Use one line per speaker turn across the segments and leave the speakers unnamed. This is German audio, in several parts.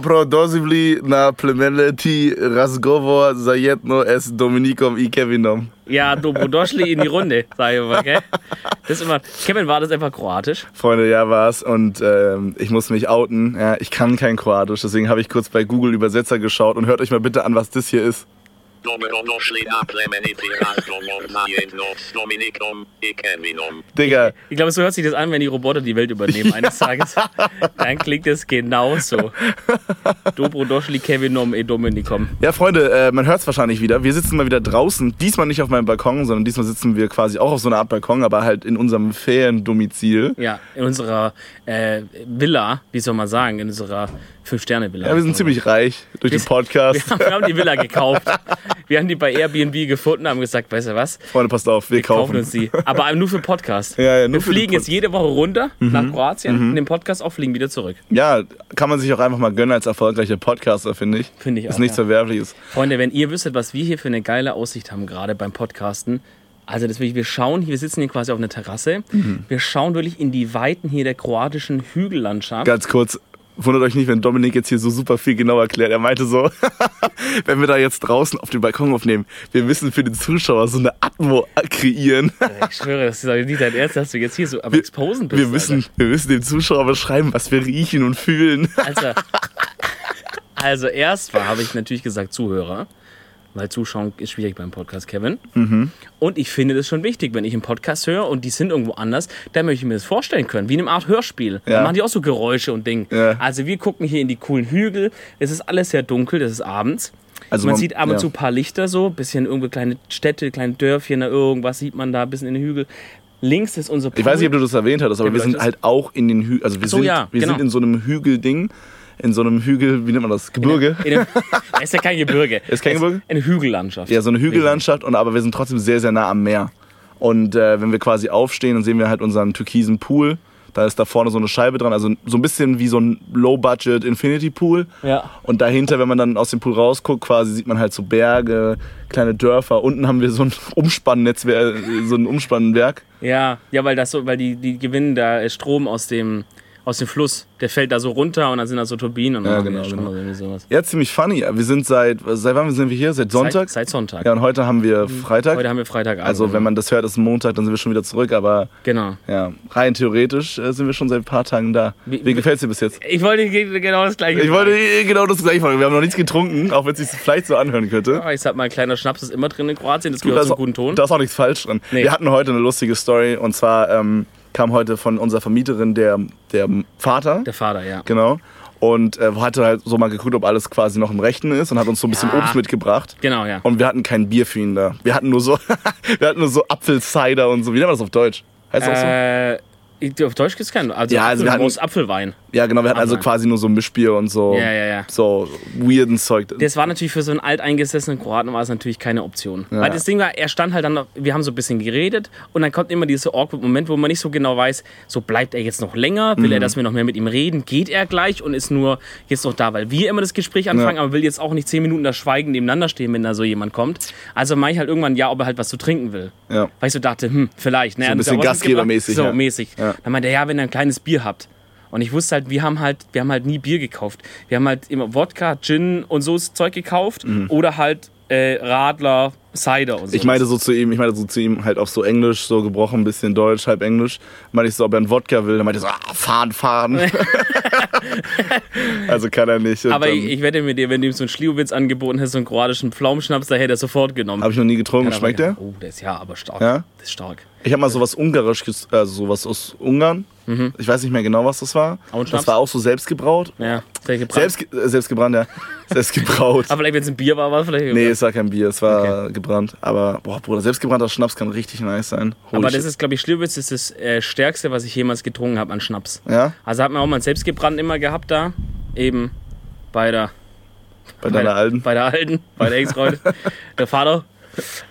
Dobrodozivli na plemeneti razgovor zajetno s Dominikom i Kevinom.
Ja, Dobrodošli in die Runde, sage ich immer, gell? Das ist immer, Kevin, war das einfach kroatisch?
Freunde, ja war's und ähm, ich muss mich outen. Ja, ich kann kein Kroatisch, deswegen habe ich kurz bei Google Übersetzer geschaut und hört euch mal bitte an, was das hier ist.
Dobrodošli na plemeniti razgovor zajedno s Dominikom i Kevinom.
Digga,
Ich glaube, so hört sich das an, wenn die Roboter die Welt übernehmen eines Tages. Dann klingt genau es genauso. Dobrodošli Kevinom e Dominikom.
Ja, Freunde, äh, man hört es wahrscheinlich wieder. Wir sitzen mal wieder draußen. Diesmal nicht auf meinem Balkon, sondern diesmal sitzen wir quasi auch auf so einer Art Balkon, aber halt in unserem Feriendomizil.
Ja, in unserer äh, Villa, wie soll man sagen, in unserer Fünf-Sterne-Villa.
Ja, wir sind ziemlich reich durch den
Wir
Podcast.
haben, wir haben die Villa gekauft. Wir haben die bei Airbnb gefunden, haben gesagt, weißt du was,
Freunde, passt auf, wir,
kaufen,
kaufen.
uns die. Aber nur für Podcast.
Ja, ja, nur
wir
für den
fliegen jetzt
Pod- Mhm.
jede Woche runter nach Kroatien, in den Podcast auch fliegen wieder zurück.
Ja, kann man sich auch einfach mal gönnen als erfolgreicher Podcaster, finde ich.
Finde ich
Ist
auch,
nichts
ja.
Verwerfliches.
Freunde, wenn ihr wüsstet, was wir hier für eine geile Aussicht haben gerade beim Podcasten. Also das will ich, wir schauen hier, wir sitzen hier quasi auf einer Terrasse.
Mhm.
Wir schauen wirklich in die Weiten hier der kroatischen Hügellandschaft.
Ganz kurz, wundert euch nicht, wenn Dominik jetzt hier so super viel genau erklärt. Er meinte so, wenn wir da jetzt draußen auf dem Balkon aufnehmen, wir müssen für den Zuschauer so eine Atmo kreieren.
Ich schwöre, das ist nicht dein Ernst, dass du jetzt hier so am Exposen bist.
Wir müssen, wir müssen dem Zuschauer beschreiben, was wir riechen und fühlen.
Alter. Alter. Also erstmal habe ich natürlich gesagt Zuhörer, weil Zuschauen ist schwierig beim Podcast, Kevin.
Mhm.
Und ich finde das schon wichtig, wenn ich einen Podcast höre und die sind irgendwo anders, dann möchte ich mir das vorstellen können, wie in einem Art Hörspiel. Da
Ja.
machen die auch so Geräusche und Dinge.
Ja.
Also wir gucken hier in die coolen Hügel. Es ist alles sehr dunkel, das ist abends.
Also
man,
man-
sieht ab und
ja.
zu ein paar Lichter so, bisschen irgendwo kleine Städte, kleine Dörfchen, da irgendwas sieht man da, ein bisschen in den Hügel. Links ist unser Pool.
Ich weiß nicht, ob du das erwähnt hattest, aber wir sind halt auch in den Hügeln, also wir,
so,
sind,
ja,
wir
genau.
sind in so einem Hügelding, in so einem Hügel, wie nennt man das, Gebirge?
In einem, das ist ja kein Gebirge.
Ist kein
Das
Gebirge?
Eine Hügellandschaft.
Ja, so eine Hügellandschaft, und, aber wir sind trotzdem sehr, sehr nah am Meer. Und äh, wenn wir quasi aufstehen, dann sehen wir halt unseren türkisen Pool. Da ist da vorne so eine Scheibe dran, also so ein bisschen wie so ein Low-Budget Infinity Pool.
Ja.
Und dahinter, wenn man dann aus dem Pool rausguckt, quasi sieht man halt so Berge, kleine Dörfer. Unten haben wir so ein Umspannnetzwerk, so ein Umspannwerk.
Ja, ja, weil das so, weil die, die gewinnen da äh, Strom aus dem, aus dem Fluss. Der fällt da so runter und dann sind da so Turbinen und dann
Ja,
machen die
genau,
Strom
genau.
oder irgendwie sowas.
Ja, ziemlich funny. Wir sind seit, seit wann sind wir hier? Seit Sonntag?
Seit, seit Sonntag.
ja, und heute haben wir Freitag.
Heute haben wir Freitagabend.
also, wenn man das hört, ist Montag, dann sind wir schon wieder zurück. Aber
Genau.
ja, rein theoretisch äh, sind wir schon seit ein paar Tagen da. Wie,
Wie-
wie gefällt es dir bis jetzt?
Ich wollte ge- genau das gleiche.
Ich wollte eh genau das gleiche fragen. Wir haben noch nichts getrunken, auch wenn es sich vielleicht so anhören könnte.
sagen. Ich sag mal, ein kleiner Schnaps ist immer drin in Kroatien, das gehört
ist
zum
auch-
guten Ton.
Da ist auch nichts falsch drin.
Nee.
Wir hatten heute eine lustige Story und zwar ähm, kam heute von unserer Vermieterin der, der Vater.
Der Vater, ja.
Genau. Und äh, hatte halt so mal geguckt, ob alles quasi noch im Rechten ist und hat uns so ein bisschen
Ja.
Obst mitgebracht.
Genau, ja.
Und wir hatten kein Bier für ihn da. Wir hatten nur so, wir hatten nur so Apfelcider und so. Wie nennt man das auf Deutsch? Heißt das auch so?
Äh, ich- auf Deutsch gibt's keinen. Also,
Ja, also wir hatten-
Apfelmus, Apfelwein.
Ja, genau. Wir hatten also
Apfel.
quasi nur so Mischbier und so.
Ja, ja, ja.
So weirden Zeug.
Das war natürlich für so einen alteingesessenen Kroaten war es natürlich keine Option. Weil das Ding war, er stand halt dann, noch- wir haben so ein bisschen geredet und dann kommt immer dieser awkward Moment, wo man nicht so genau weiß, so bleibt er jetzt noch länger,
Mhm.
will er, dass wir noch mehr mit ihm reden, geht er gleich und ist nur jetzt noch da, weil wir immer das Gespräch anfangen,
Ja.
aber will jetzt auch nicht zehn Minuten da schweigen nebeneinander stehen, wenn da so jemand kommt. Also mache ich halt irgendwann ja, ob er halt was zu trinken will.
Ja.
Weil ich so dachte, hm, vielleicht. Naja,
So ein
dann ist er
bisschen
auch was mitgebracht.
gastgebermäßig,
So,
ja.
mäßig.
Ja.
Dann meinte er, ja, wenn ihr ein kleines Bier habt. Und ich wusste halt, wir haben halt, wir haben halt nie Bier gekauft. Wir haben halt immer Wodka, Gin und so Zeug gekauft oder halt äh, Radler, Cider und so.
Mhm. Ich meinte so zu ihm, ich meinte so zu ihm halt auf so Englisch, so gebrochen, ein bisschen Deutsch, halb Englisch. Meinte ich so, ob er einen Wodka will. Dann meinte ich so, ah, fahren, fahren. also kann er nicht. Und
aber
dann
ich, ich wette mit dir, wenn du ihm so einen Schliowitz angeboten hättest, so einen kroatischen Pflaumenschnaps, da hätte er sofort genommen.
habe ich noch nie getrunken. Schmeckt der?
Oh, der ist ja aber stark.
Ja?
Das ist stark.
Ich habe mal sowas Ungarisch, ges- also sowas aus Ungarn.
Mhm.
Ich weiß nicht mehr genau, was das war.
Auenschnaps?
Das war auch so selbstgebraut.
Ja, vielleicht gebrannt.
Selbst, ge- äh, selbstgebrannt, ja. Selbstgebraut.
aber vielleicht, wenn es ein Bier war, war es vielleicht.
nee, es war kein Bier, es war gebrannt. Aber, boah, Bruder, selbstgebrannter Schnaps kann richtig nice sein. Holy
Aber das
shit.
ist, glaube ich, Schlürwitz ist das äh, Stärkste, was ich jemals getrunken habe an Schnaps.
Ja?
Also hat man auch mal einen selbstgebrannten immer gehabt da. Eben bei der,
Bei
bei
deiner
der
alten.
bei der alten, bei der Ex-Freundin. der Vater,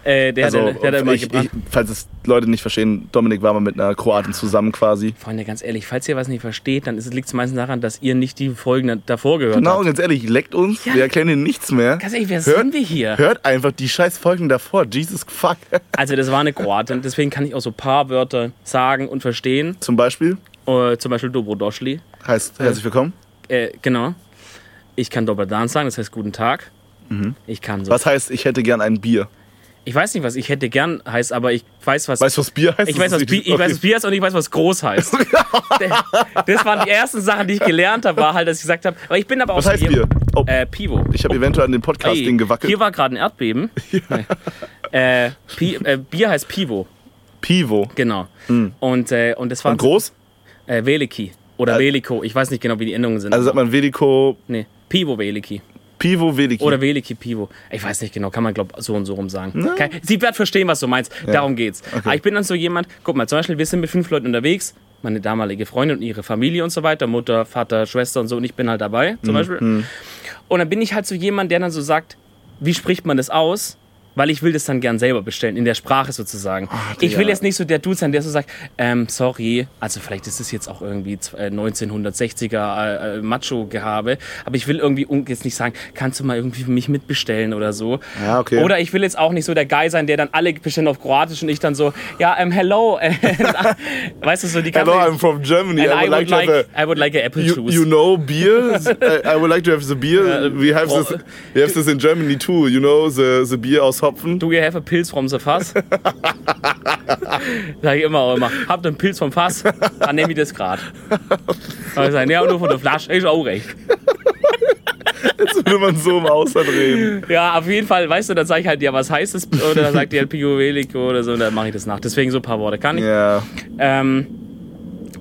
äh, der,
Also,
hat, der, der hat immer
ich, ich,
gebrannt.
falls es Leute nicht verstehen, Dominik war mal mit einer Kroatin zusammen quasi.
Freunde, ganz ehrlich, falls ihr was nicht versteht, dann liegt es meistens daran, dass ihr nicht die Folgen da- davor gehört
Genau,
habt.
ganz ehrlich, leckt uns, wir erklären dir nichts mehr.
Ganz ehrlich, wer
Hört-
sind wir hier?
Hört einfach die scheiß Folgen davor, Jesus fuck.
Also das war eine Kroatin, deswegen kann ich auch so ein paar Wörter sagen und verstehen.
Zum Beispiel,
Äh, zum Beispiel Dobrodošli.
heißt herzlich willkommen.
Äh, genau. Ich kann Doberdan sagen, das heißt guten Tag. Ich kann so.
Was heißt, ich hätte gern ein Bier?
Ich weiß nicht, was ich hätte gern heißt, aber ich weiß, was.
Weißt du, was Bier heißt?
ich weiß,
Das ist
was Bi ich weiß, was Bier heißt und ich weiß, was groß heißt. das waren die ersten Sachen, die ich gelernt habe, war halt, dass ich gesagt habe. Aber ich bin aber auch
Was heißt
hier-
Bier? Oh,
Äh, Pivo.
ich habe eventuell an dem Podcast-Ding gewackelt.
Hier war gerade ein Erdbeben. äh, Pi äh, Bier heißt Pivo,
Pivo.
genau. Und, äh, und das war
Hm. Und groß?
äh, Veliki oder
Äh,
Veliko. Ich weiß nicht genau, wie die Endungen sind.
Also sagt man Veliko,
nee, Pivo Veliki.
Pivo, Veliki.
Oder Veliki Pivo. Ich weiß nicht genau, kann man glaub so und so rum sagen. Kein- Sie wird verstehen, was du meinst. Darum geht's. Aber ich bin dann so jemand, guck mal, zum Beispiel, wir sind mit fünf Leuten unterwegs, meine damalige Freundin und ihre Familie und so weiter, Mutter, Vater, Schwester und so, und ich bin halt dabei, zum Beispiel. Und dann bin ich halt so jemand, der dann so sagt, wie spricht man das aus? Weil ich will das dann gern selber bestellen, in der Sprache sozusagen. ich will
Digga.
jetzt nicht so der Dude sein, der so sagt, ähm, sorry, also vielleicht ist es jetzt auch irgendwie z- äh, 1960er äh, äh, Macho-Gehabe, aber ich will irgendwie un- jetzt nicht sagen, kannst du mal irgendwie für mich mitbestellen oder so.
Ja, okay.
Oder ich will jetzt auch nicht so der Guy sein, der dann alle bestellen auf Kroatisch und ich dann so, ja, ähm, hello. äh, weißt du, so die
Hello,
Kamera-
I'm from Germany.
And I would
to have
like,
a-
I would like a apple
You,
juice.
you know beer? I, I would like to have the beer.
Ja,
we, have
oh.
this, we have this in Germany too. You know, the, the beer aus Hopfen.
Do you have a Pilz from the Fass? Sag ich immer auch immer. Habt ihr einen Pilz vom Fass? Dann nehme ich das grad. Aber ich sage, ja, nur von der Flasche. Ist auch recht.
Das würde man so im Ausland reden.
Ja, auf jeden Fall, weißt du, dann sage ich halt, ja, was heißt es? Oder dann sagt die halt Pico Velico oder so, und dann mache ich das nach. Deswegen so ein paar Worte kann ich.
Ja.
Ähm,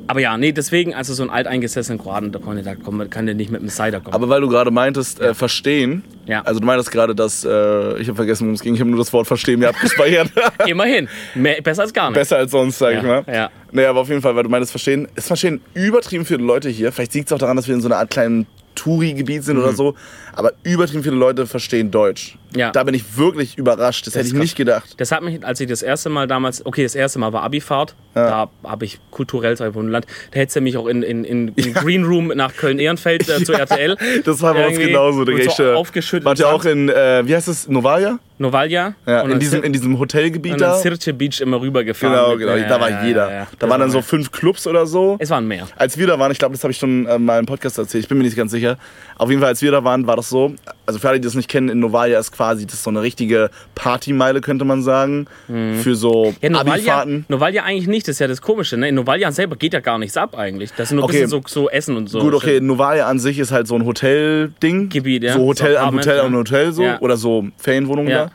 aber ja, nee, deswegen, also so ein alteingesessenen Kroaten, da kann der, kommen, kann der nicht mit einem Cider kommen.
Aber weil du gerade meintest, äh, verstehen.
Ja.
Also du meintest gerade, dass, äh, ich habe vergessen, worum es ging. Ich habe nur das Wort verstehen mir abgespeichert.
Immerhin, mehr, besser als gar nicht.
Besser als sonst, sag
Ja,
ich mal.
ja.
Naja, aber auf jeden Fall, weil du meinst, verstehen, ist verstehen übertrieben viele Leute hier. Vielleicht liegt es auch daran, dass wir in so einer Art kleinen Touri-Gebiet sind oder so. Aber übertrieben viele Leute verstehen Deutsch.
Mhm. Ja.
Da bin ich wirklich überrascht. Das, hätte
ist
ich nicht gedacht.
Das hat mich, als ich das erste Mal damals, okay, das erste Mal war Abifahrt, da habe ich kulturell zwei Land, da hättest du mich auch in, in, in, in Green Room nach Köln-Ehrenfeld äh, zu RTL.
Das war bei uns
Irgendwie
genauso,
wurde
Digga.
So
äh,
aufgeschüttet.
Wart ihr auch in, äh, wie heißt es, Novalia?
Novalia?
Ja,
und
in
dann
diesem,
Sir-
in diesem Hotelgebiet
und dann
da.
Sirce Beach immer rübergefahren.
Genau,
mit-
genau.
ja,
da war
ja,
jeder.
ja, ja.
Da waren dann so
mehr.
fünf Clubs oder so.
Es waren mehr.
Als wir da waren, ich glaube, das habe ich schon äh, mal im Podcast erzählt, ich bin mir nicht ganz sicher. Auf jeden Fall, als wir da waren, war das so. Also für alle, die das nicht kennen, in Novalia ist quasi das ist so eine richtige Partymeile, könnte man sagen. Für so
Mhm. Ja, Novalia,
Abifahrten.
Novalia eigentlich nicht, das ist ja das Komische. Ne? In Novalia selber geht ja gar nichts ab eigentlich. Das ist nur ein
Okay.
bisschen so, so Essen und so.
Gut, okay, Novalia an sich ist halt so ein Hotel-Ding.
Gebiet, ja.
So Hotel
So
an
Apartment,
Hotel
ja.
an Hotel so.
Ja.
Oder so Ferienwohnungen
Ja.
da.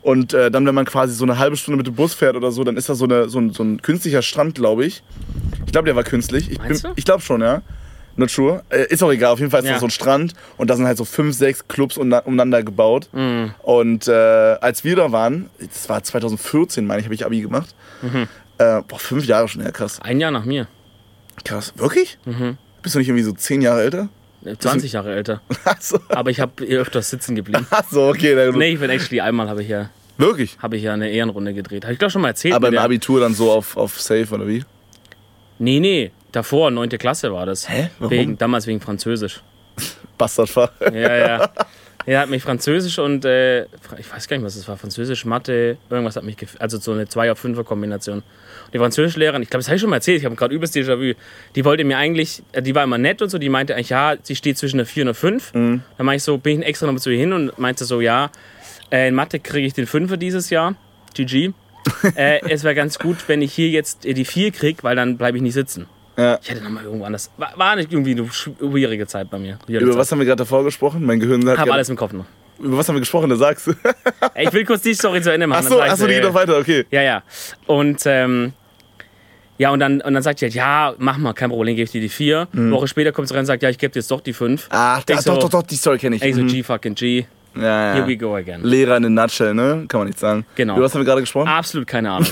Und äh, dann, wenn man quasi so eine halbe Stunde mit dem Bus fährt oder so, dann ist da so, eine, so, ein, so ein künstlicher Strand, glaube ich. Ich glaube, der war künstlich. Ich,
Meinst du?
ich glaube schon, ja. Not sure. Äh, ist auch egal. Auf jeden Fall ist
Ja.
das so ein Strand und da sind halt so fünf, sechs Clubs una- umeinander gebaut.
Mhm.
Und äh, als wir da waren, das war 2014, meine ich, habe ich Abi gemacht.
Mhm.
Äh, boah, fünf Jahre schon, ja, krass.
Ein Jahr nach mir.
Krass. Wirklich?
Mhm.
Bist du nicht irgendwie so zehn Jahre älter?
20 Jahre älter.
Achso,
Aber ich habe öfters sitzen geblieben.
Achso Also, okay. Dann,
Nee, ich bin actually einmal habe ich ja
Wirklich?
habe ich ja eine Ehrenrunde gedreht. Habe ich doch schon mal erzählt.
Aber
mit
im
der-
Abitur dann so auf, auf Safe oder wie?
Nee, nee, davor, neunte Klasse war das.
Hä? Warum?
Wegen, damals wegen Französisch.
Bastardfach.
Ja, ja. Er hat mich Französisch und, äh, Fra- ich weiß gar nicht, was es war, Französisch, Mathe, irgendwas hat mich, gef- also so eine 2 auf 5er Kombination. Und die Französischlehrerin, ich glaube, das habe ich schon mal erzählt, ich habe gerade übelst Déjà-vu, die wollte mir eigentlich, äh, die war immer nett und so, die meinte eigentlich, ja, sie steht zwischen einer 4 und einer 5.
Mhm.
Dann meinte ich so, bin ich extra nochmal zu ihr hin und meinte so, ja, äh, in Mathe kriege ich den 5er dieses Jahr, GG. äh, es wäre ganz gut, wenn ich hier jetzt äh, die 4 kriege, weil dann bleibe ich nicht sitzen.
Ja.
Ich hätte nochmal irgendwo anders. War, war nicht irgendwie eine schwierige Zeit bei mir.
Über was haben wir gerade davor gesprochen? Mein Gehirn hat.
Hab
gerade-
alles im Kopf noch.
Über was haben wir gesprochen? Da sagst du.
Ey, ich will kurz die Story zu Ende machen.
Achso,
dann sag ich's,
achso, die geht
äh,
noch weiter, okay.
Ja, ja. Und, ähm, ja, und dann, und dann sagt sie halt, ja, mach mal, kein Problem, gebe ich dir die vier. Eine Woche später kommt sie rein und sagt, ja, ich gebe dir jetzt doch die fünf.
Hm. Ach,
Ich
ach
so-
doch, doch, doch, die Story kenne ich.
Ey, so
Mhm.
G fucking G,
ja,
here we
ja.
go again.
Lehrer in a nutshell, ne? Kann man nicht sagen.
Genau.
Über was haben wir gerade gesprochen?
Absolut keine Ahnung.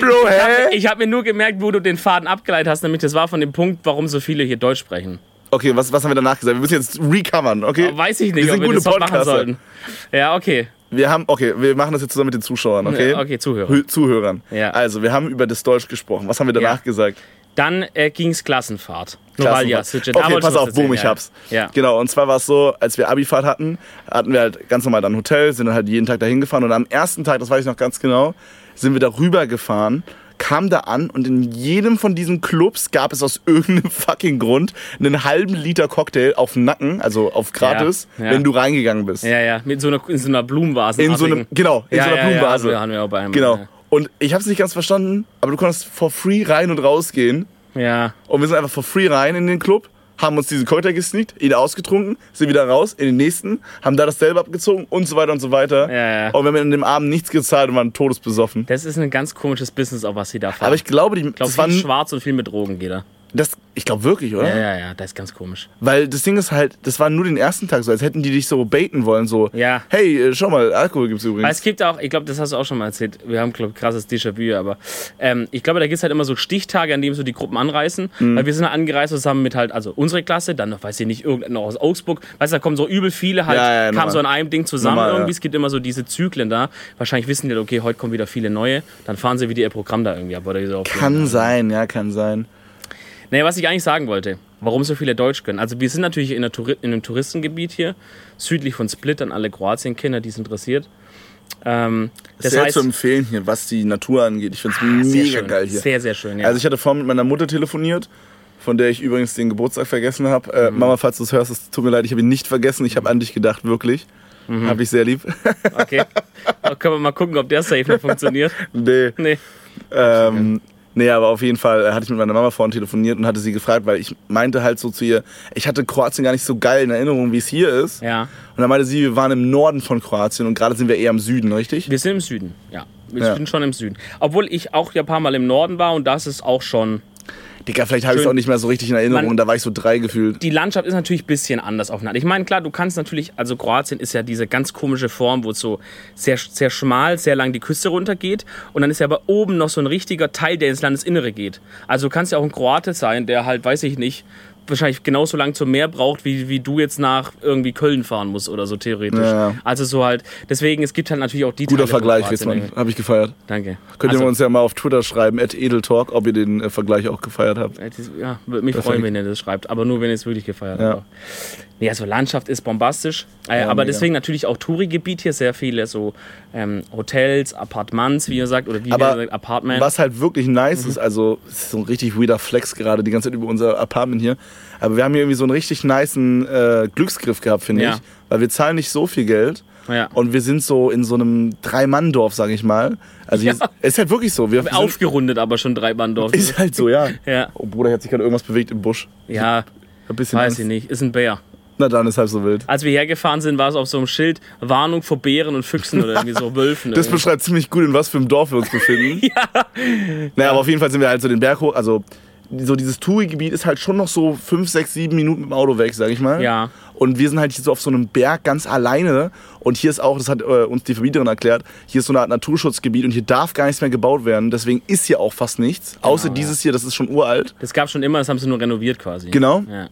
Bro, hä?
Ich habe mir nur gemerkt, wo du den Faden abgeleitet hast, nämlich das war von dem Punkt, warum so viele hier Deutsch sprechen.
Okay, was, was haben wir danach gesagt? Wir müssen jetzt recovern, okay?
Weiß ich nicht,
Wir sind
ob wir
gute
das auch machen
Podcaster.
sollten. Ja, okay.
Wir haben, okay, wir machen das jetzt zusammen mit den Zuschauern, okay?
Ja, okay, Zuhörer.
Hö- Zuhörern.
Ja.
Also, wir haben über das Deutsch gesprochen. Was haben wir danach
Ja.
gesagt?
Dann äh, ging's Klassenfahrt. Novalia,
Klassenfahrt. Okay, pass auf, boom, ich hab's.
Ja.
Genau, und zwar war es so, als wir Abifahrt hatten, hatten wir halt ganz normal dann ein Hotel, sind dann halt jeden Tag dahin gefahren und am ersten Tag, das weiß ich noch ganz genau, sind wir darüber gefahren, kam da an und in jedem von diesen Clubs gab es aus irgendeinem fucking Grund einen halben Liter Cocktail auf den Nacken, also auf gratis,
Ja, ja.
wenn du reingegangen bist.
Ja, ja, mit so einer, in so einer Blumenvase.
In so einem, genau, in
ja,
so einer
ja,
Blumenvase.
Ja, haben wir auch bei einem.
Genau. Und ich habe es nicht ganz verstanden, aber du konntest for free rein und rausgehen.
Ja.
Und wir sind einfach for free rein in den Club, haben uns diese Cocktail gesneakt, ihn ausgetrunken, sind wieder raus in den nächsten, haben da dasselbe abgezogen und so weiter und so weiter.
Ja, ja.
Und wir haben an dem Abend nichts gezahlt und waren todesbesoffen.
Das ist ein ganz komisches Business, auch was sie da fahren.
Aber ich glaube, die,
glaube,
das
viel
waren,
schwarz und viel mit Drogen geht er.
das, ich glaube wirklich, oder?
Ja, ja, ja, das ist ganz komisch.
Weil das Ding ist halt, das war nur den ersten Tag so, als hätten die dich so baiten wollen, so,
Ja.
hey, äh, schau mal, Alkohol gibt's
Weil
übrigens.
es gibt auch, ich glaube, das hast du auch schon mal erzählt, wir haben, glaube ich, krasses Déjà-vu, aber ähm, ich glaube, da gibt es halt immer so Stichtage, an denen so die Gruppen anreisen,
Mhm.
weil wir sind halt angereist zusammen mit halt, also unsere Klasse, dann noch, weiß ich nicht, irgendeiner aus Augsburg, weißt du, da kommen so übel viele halt,
Ja, ja,
kamen
normal.
so an einem Ding zusammen
Normal,
irgendwie,
ja.
es gibt immer so diese Zyklen da, wahrscheinlich wissen die, okay, heute kommen wieder viele neue, dann fahren sie wieder ihr Programm da irgendwie ab oder so.
Kann sein, ja, kann sein.
Naja, was ich eigentlich sagen wollte, warum so viele Deutsch können. Also wir sind natürlich in, der Touri in einem Touristengebiet hier, südlich von Split, an alle Kroatien-Kinder, die es interessiert. Ähm, das
sehr
heißt,
zu empfehlen hier, was die Natur angeht. Ich find's
Ah, sehr
mega
schön,
geil hier.
Sehr, sehr schön, ja.
Also ich hatte vorhin mit meiner Mutter telefoniert, von der ich übrigens den Geburtstag vergessen habe. Äh,
Mhm.
Mama, falls du es hörst, es tut mir leid, ich habe ihn nicht vergessen. Ich habe an dich gedacht, wirklich.
Mhm.
Hab dich sehr lieb.
okay. Da können wir mal gucken, ob der Safe noch funktioniert.
nee.
Nee.
Ähm, nee, aber auf jeden Fall äh, hatte ich mit meiner Mama vorhin telefoniert und hatte sie gefragt, weil ich meinte halt so zu ihr, ich hatte Kroatien gar nicht so geil in Erinnerung, wie es hier ist.
Ja.
Und dann meinte sie, wir waren im Norden von Kroatien und gerade sind wir eher im Süden, richtig?
Wir sind im Süden, ja. Wir
Ja.
sind schon im Süden. Obwohl ich auch ja ein paar Mal im Norden war und das ist auch schon.
Digga, vielleicht habe ich es
Schön.
auch nicht mehr so richtig in Erinnerung
Man-
und da war ich so drei gefühlt.
Die Landschaft ist natürlich ein bisschen anders auf einer. Ich meine, klar, du kannst natürlich, also Kroatien ist ja diese ganz komische Form, wo es so sehr, sehr schmal, sehr lang die Küste runtergeht. Und dann ist ja aber oben noch so ein richtiger Teil, der ins Landesinnere geht. Also du kannst ja auch ein Kroate sein, der halt, weiß ich nicht, wahrscheinlich genauso lang zum Meer braucht, wie, wie du jetzt nach irgendwie Köln fahren musst oder so theoretisch.
Ja, ja.
Also so halt, deswegen, es gibt halt natürlich auch die
Guter
Teile von
Vergleich,
Kroatien,
Ritzmann. Habe ich gefeiert.
Danke.
Könnt
Also,
ihr uns ja mal auf Twitter schreiben, at edeltalk, ob ihr den äh, Vergleich auch gefeiert habt.
äh, das- ja, würde mich freuen, wenn ihr das schreibt, aber nur, wenn ihr es wirklich gefeiert
Ja.
habt. Ja, so Landschaft ist bombastisch, äh,
Ja,
aber
mega.
deswegen natürlich auch Touri-Gebiet hier, sehr viele so ähm, Hotels, Appartements, wie ihr sagt, oder wie ihr
Aber
sagt, Apartment. Mhm.
Was halt wirklich nice ist, also es ist so ein richtig weirder Flex gerade die ganze Zeit über unser Apartment hier. Aber wir haben hier irgendwie so einen richtig nicen äh, Glücksgriff gehabt, finde
Ja.
ich. Weil wir zahlen nicht so viel Geld.
Ja.
Und wir sind so in so einem Drei-Mann-Dorf, sage ich mal. Also hier
Ja.
ist, ist halt wirklich so. Wir sind,
Aufgerundet aber schon drei Bandorf.
ist halt so, ja.
Ja.
Oh Bruder, hier hat sich gerade irgendwas bewegt im Busch.
Ja,
Ein bisschen
weiß ich
Angst.
nicht, ist ein Bär.
Na dann ist halb so wild.
Als wir hergefahren sind, war es auf so einem Schild Warnung vor Bären und Füchsen oder irgendwie so Wölfen.
Das
irgendwie.
beschreibt ziemlich gut, in was für einem Dorf wir uns befinden. ja. Naja, aber auf jeden Fall sind wir halt so den Berg hoch. Also, so dieses Touri-Gebiet ist halt schon noch so 5, 6, 7 Minuten mit dem Auto weg, sag ich mal.
Ja.
Und wir sind halt hier so auf so einem Berg ganz alleine. Und hier ist auch, das hat äh, uns die Vermieterin erklärt, hier ist so eine Art Naturschutzgebiet und hier darf gar nichts mehr gebaut werden. Deswegen ist hier auch fast nichts.
Genau,
Außer dieses hier, das ist schon uralt.
das gab schon immer, das haben sie nur renoviert quasi.
Genau.
Ja.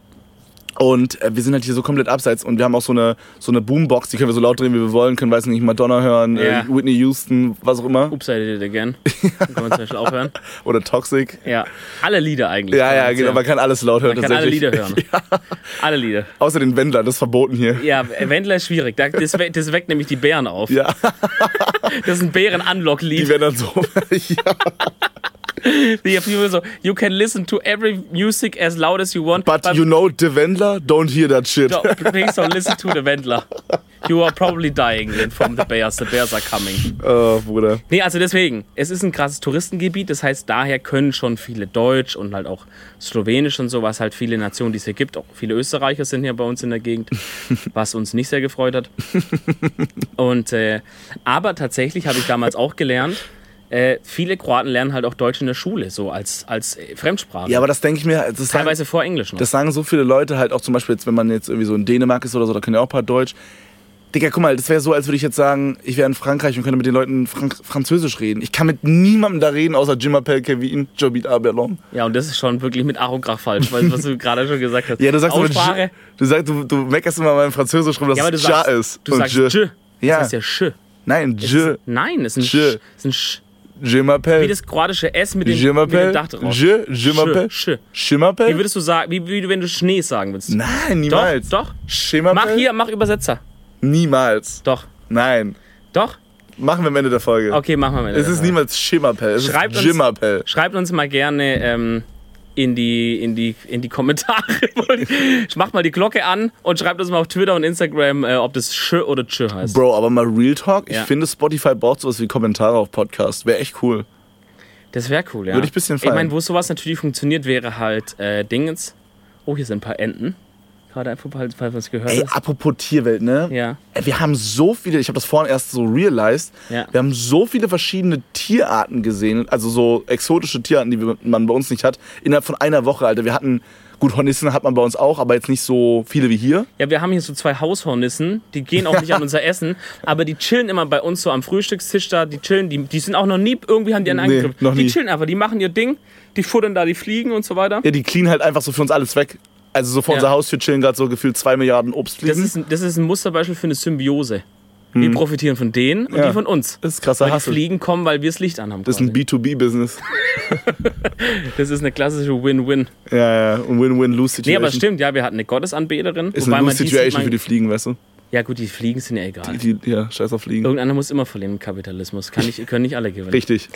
Und äh, wir sind halt hier so komplett abseits und wir haben auch so eine, so eine Boombox, die können wir so laut drehen, wie wir wollen, können, weiß nicht, Madonna hören,
Ja. Oh.
äh, Whitney Houston, was auch immer.
Ups, I did it again. Kann man zum Beispiel aufhören.
Oder Toxic.
Ja, alle Lieder eigentlich.
Ja, ja,
Also,
genau. Man kann alles laut hören.
Man kann alle
tatsächlich.
Lieder hören. Alle Lieder.
Außer den Wendler, das ist verboten hier.
Ja, Wendler ist schwierig. Da- Das, we das weckt nämlich die Bären auf.
Ja,
Das ist ein
die
Bären-Unlock-Lied.
werden dann so. ja.
Die auf jeden Fall so, you can listen to every music as loud as you want,
But you know the Wendler, don't hear that shit.
don't, please don't listen to the Wendler. You are probably dying then from the bears. The bears are coming.
Oh, Bruder.
Nee, also deswegen, es ist ein krasses Touristengebiet, das heißt, daher können schon viele Deutsch und halt auch Slowenisch und sowas, halt viele Nationen, die es hier gibt, auch viele Österreicher sind hier bei uns in der Gegend, was uns nicht sehr gefreut hat. Und äh, aber tatsächlich habe ich damals auch gelernt, äh, viele Kroaten lernen halt auch Deutsch in der Schule, so als, als äh, Fremdsprache.
Ja, aber das denke ich mir, das sagen,
Teilweise vor Englisch noch.
das sagen so viele Leute halt auch zum Beispiel jetzt, wenn man jetzt irgendwie so in Dänemark ist oder so, da können ja auch ein paar Deutsch. Digga, guck mal, das wäre so, als würde ich jetzt sagen, ich wäre in Frankreich und könnte mit den Leuten Frank Französisch reden. Ich kann mit niemandem da reden, außer Jim Appel, Kevin, Jobit Abelon.
ja, und das ist schon wirklich mit Arograch falsch, weil was du gerade schon gesagt hast.
Ja, du sagst, immer,
Aussprache.
du, sagst du, du meckerst immer beim Französisch rum, dass
Ja, aber du
es Ja
sagst,
ist.
du
und
sagst
Je.
J.
Ja.
Das heißt ja Sch.
Nein, Je.
Nein, es ist ein
Sch.
Sch. Es ist ein Sch.
Je m'appelle.
Wie das kroatische S mit dem,
Je
mit dem
m'appelle.
Dach drauf.
Je, je
Sch,
m'appelle.
Sch.
Je
Wie
m'appelle.
würdest du sagen, wie, wie wenn du Schnee sagen würdest?
Nein,
doch,
niemals.
doch.
Je
Mach
m'appelle.
hier, mach Übersetzer.
Niemals.
Doch,
Nein.
doch.
Machen wir am Ende der Folge.
Okay, machen wir mal.
Es ist niemals Schimmerpell, es
Schreibt
ist
uns-
Jimmerpell.
Schreibt uns mal gerne ähm, in, die, in, die, in die Kommentare. wollte ich- Macht mal die Glocke an und schreibt uns mal auf Twitter und Instagram, äh, ob das Schö oder Tschö heißt.
Bro, aber mal Real Talk, ich
Ja.
finde Spotify braucht sowas wie Kommentare auf Podcast. Wäre echt cool.
Das wäre cool, ja.
Würde ich ein bisschen feiern.
Ich meine, wo sowas natürlich funktioniert, wäre halt äh, Dingens. Oh, hier sind ein paar Enten. Gerade einfach, falls falls was gehört
Ey,
ist.
apropos Tierwelt, ne?
Ja.
Ey, Wir haben so viele, ich habe das vorhin erst so realized,
Ja.
wir haben so viele verschiedene Tierarten gesehen, also so exotische Tierarten, die wir- man bei uns nicht hat, innerhalb von einer Woche, Alter. Wir hatten, gut, Hornissen hat man bei uns auch, aber jetzt nicht so viele wie hier.
Ja, wir haben hier so zwei Haushornissen, die gehen auch nicht an unser Essen, aber die chillen immer bei uns so am Frühstückstisch da, die chillen, die, die sind auch noch nie, irgendwie haben die einen
Nee,
Angriff.
noch
die
nie.
chillen einfach, die machen ihr Ding, die futtern da die Fliegen und so weiter.
Ja, die cleanen halt einfach so für uns alles weg. Also so vor
Ja.
unserer Haustür chillen gerade so gefühlt zwei Milliarden
Das
Obstfliegen.
ist, ein- das ist ein Musterbeispiel für eine Symbiose. Wir profitieren von denen und
Hm. Ja.
die von uns.
Das ist krasser
Weil die
Hassel.
Fliegen kommen, weil wir das Licht anhaben.
Das ist ein
quasi.
B2B-Business.
das ist eine klassische Win-Win.
Ja, ja, und Win-Win-Lose-Situation.
Nee, aber es stimmt, ja, wir hatten eine Gottesanbeterin.
Ist eine
man die sieht
Lose-Situation
man-
für die Fliegen, weißt du?
Ja, gut, die Fliegen sind ja egal.
Die, ja, scheiß auf Fliegen.
Irgendeiner muss immer verlieren im Kapitalismus. Kann nicht, können nicht alle gewinnen.
Richtig.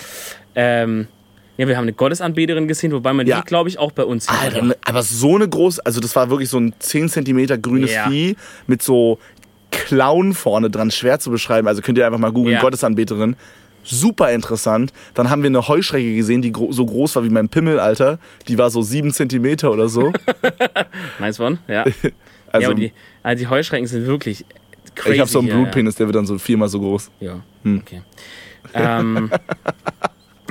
Ähm, ja, wir haben eine Gottesanbeterin gesehen, wobei man
Ja.
die, glaube ich, auch bei uns sieht.
Alter, ne, aber so eine große, also das war wirklich so ein 10 cm grünes
Ja.
Vieh mit so Clown vorne dran, schwer zu beschreiben. Also könnt ihr einfach mal googeln,
Ja.
Gottesanbeterin. Super interessant. Dann haben wir eine Heuschrecke gesehen, die gro so groß war wie mein Pimmel, Alter. Die war so 7 cm oder so.
Nice one, ja. ja
ne- Also
aber die, also die Heuschrecken sind wirklich crazy.
ich habe so einen Hm.
hier,
Blutpenis, der wird dann so viermal so groß.
Ja, ja. okay. Ähm,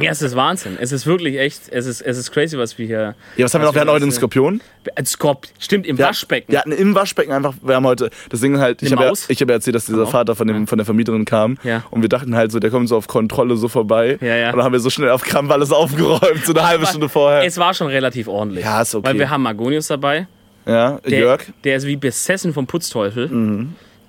ja, es ist Wahnsinn. Es ist wirklich echt, es ist, es ist crazy, was wir hier...
Ja, was haben wir noch? Wir
Also
hatten heute einen Skorpion.
Ein Skorp, stimmt, im
Ja,
Waschbecken.
Wir hatten im Waschbecken einfach, wir haben heute, das Ding halt, ich
Eine
habe ja,
Maus?
ich hab ja erzählt, dass dieser
Auch.
Vater von, dem, von der Vermieterin kam
Ja.
und wir dachten halt so, der kommt so auf Kontrolle so vorbei
Ja, ja.
und dann haben wir so schnell auf Krampf alles aufgeräumt, so eine halbe Stunde vorher.
Es war schon relativ ordentlich.
äh. Ja, ist okay.
Weil wir haben Magonius dabei.
Ja,
Der,
Jörg, Mhm.
Der ist wie besessen vom Putzteufel.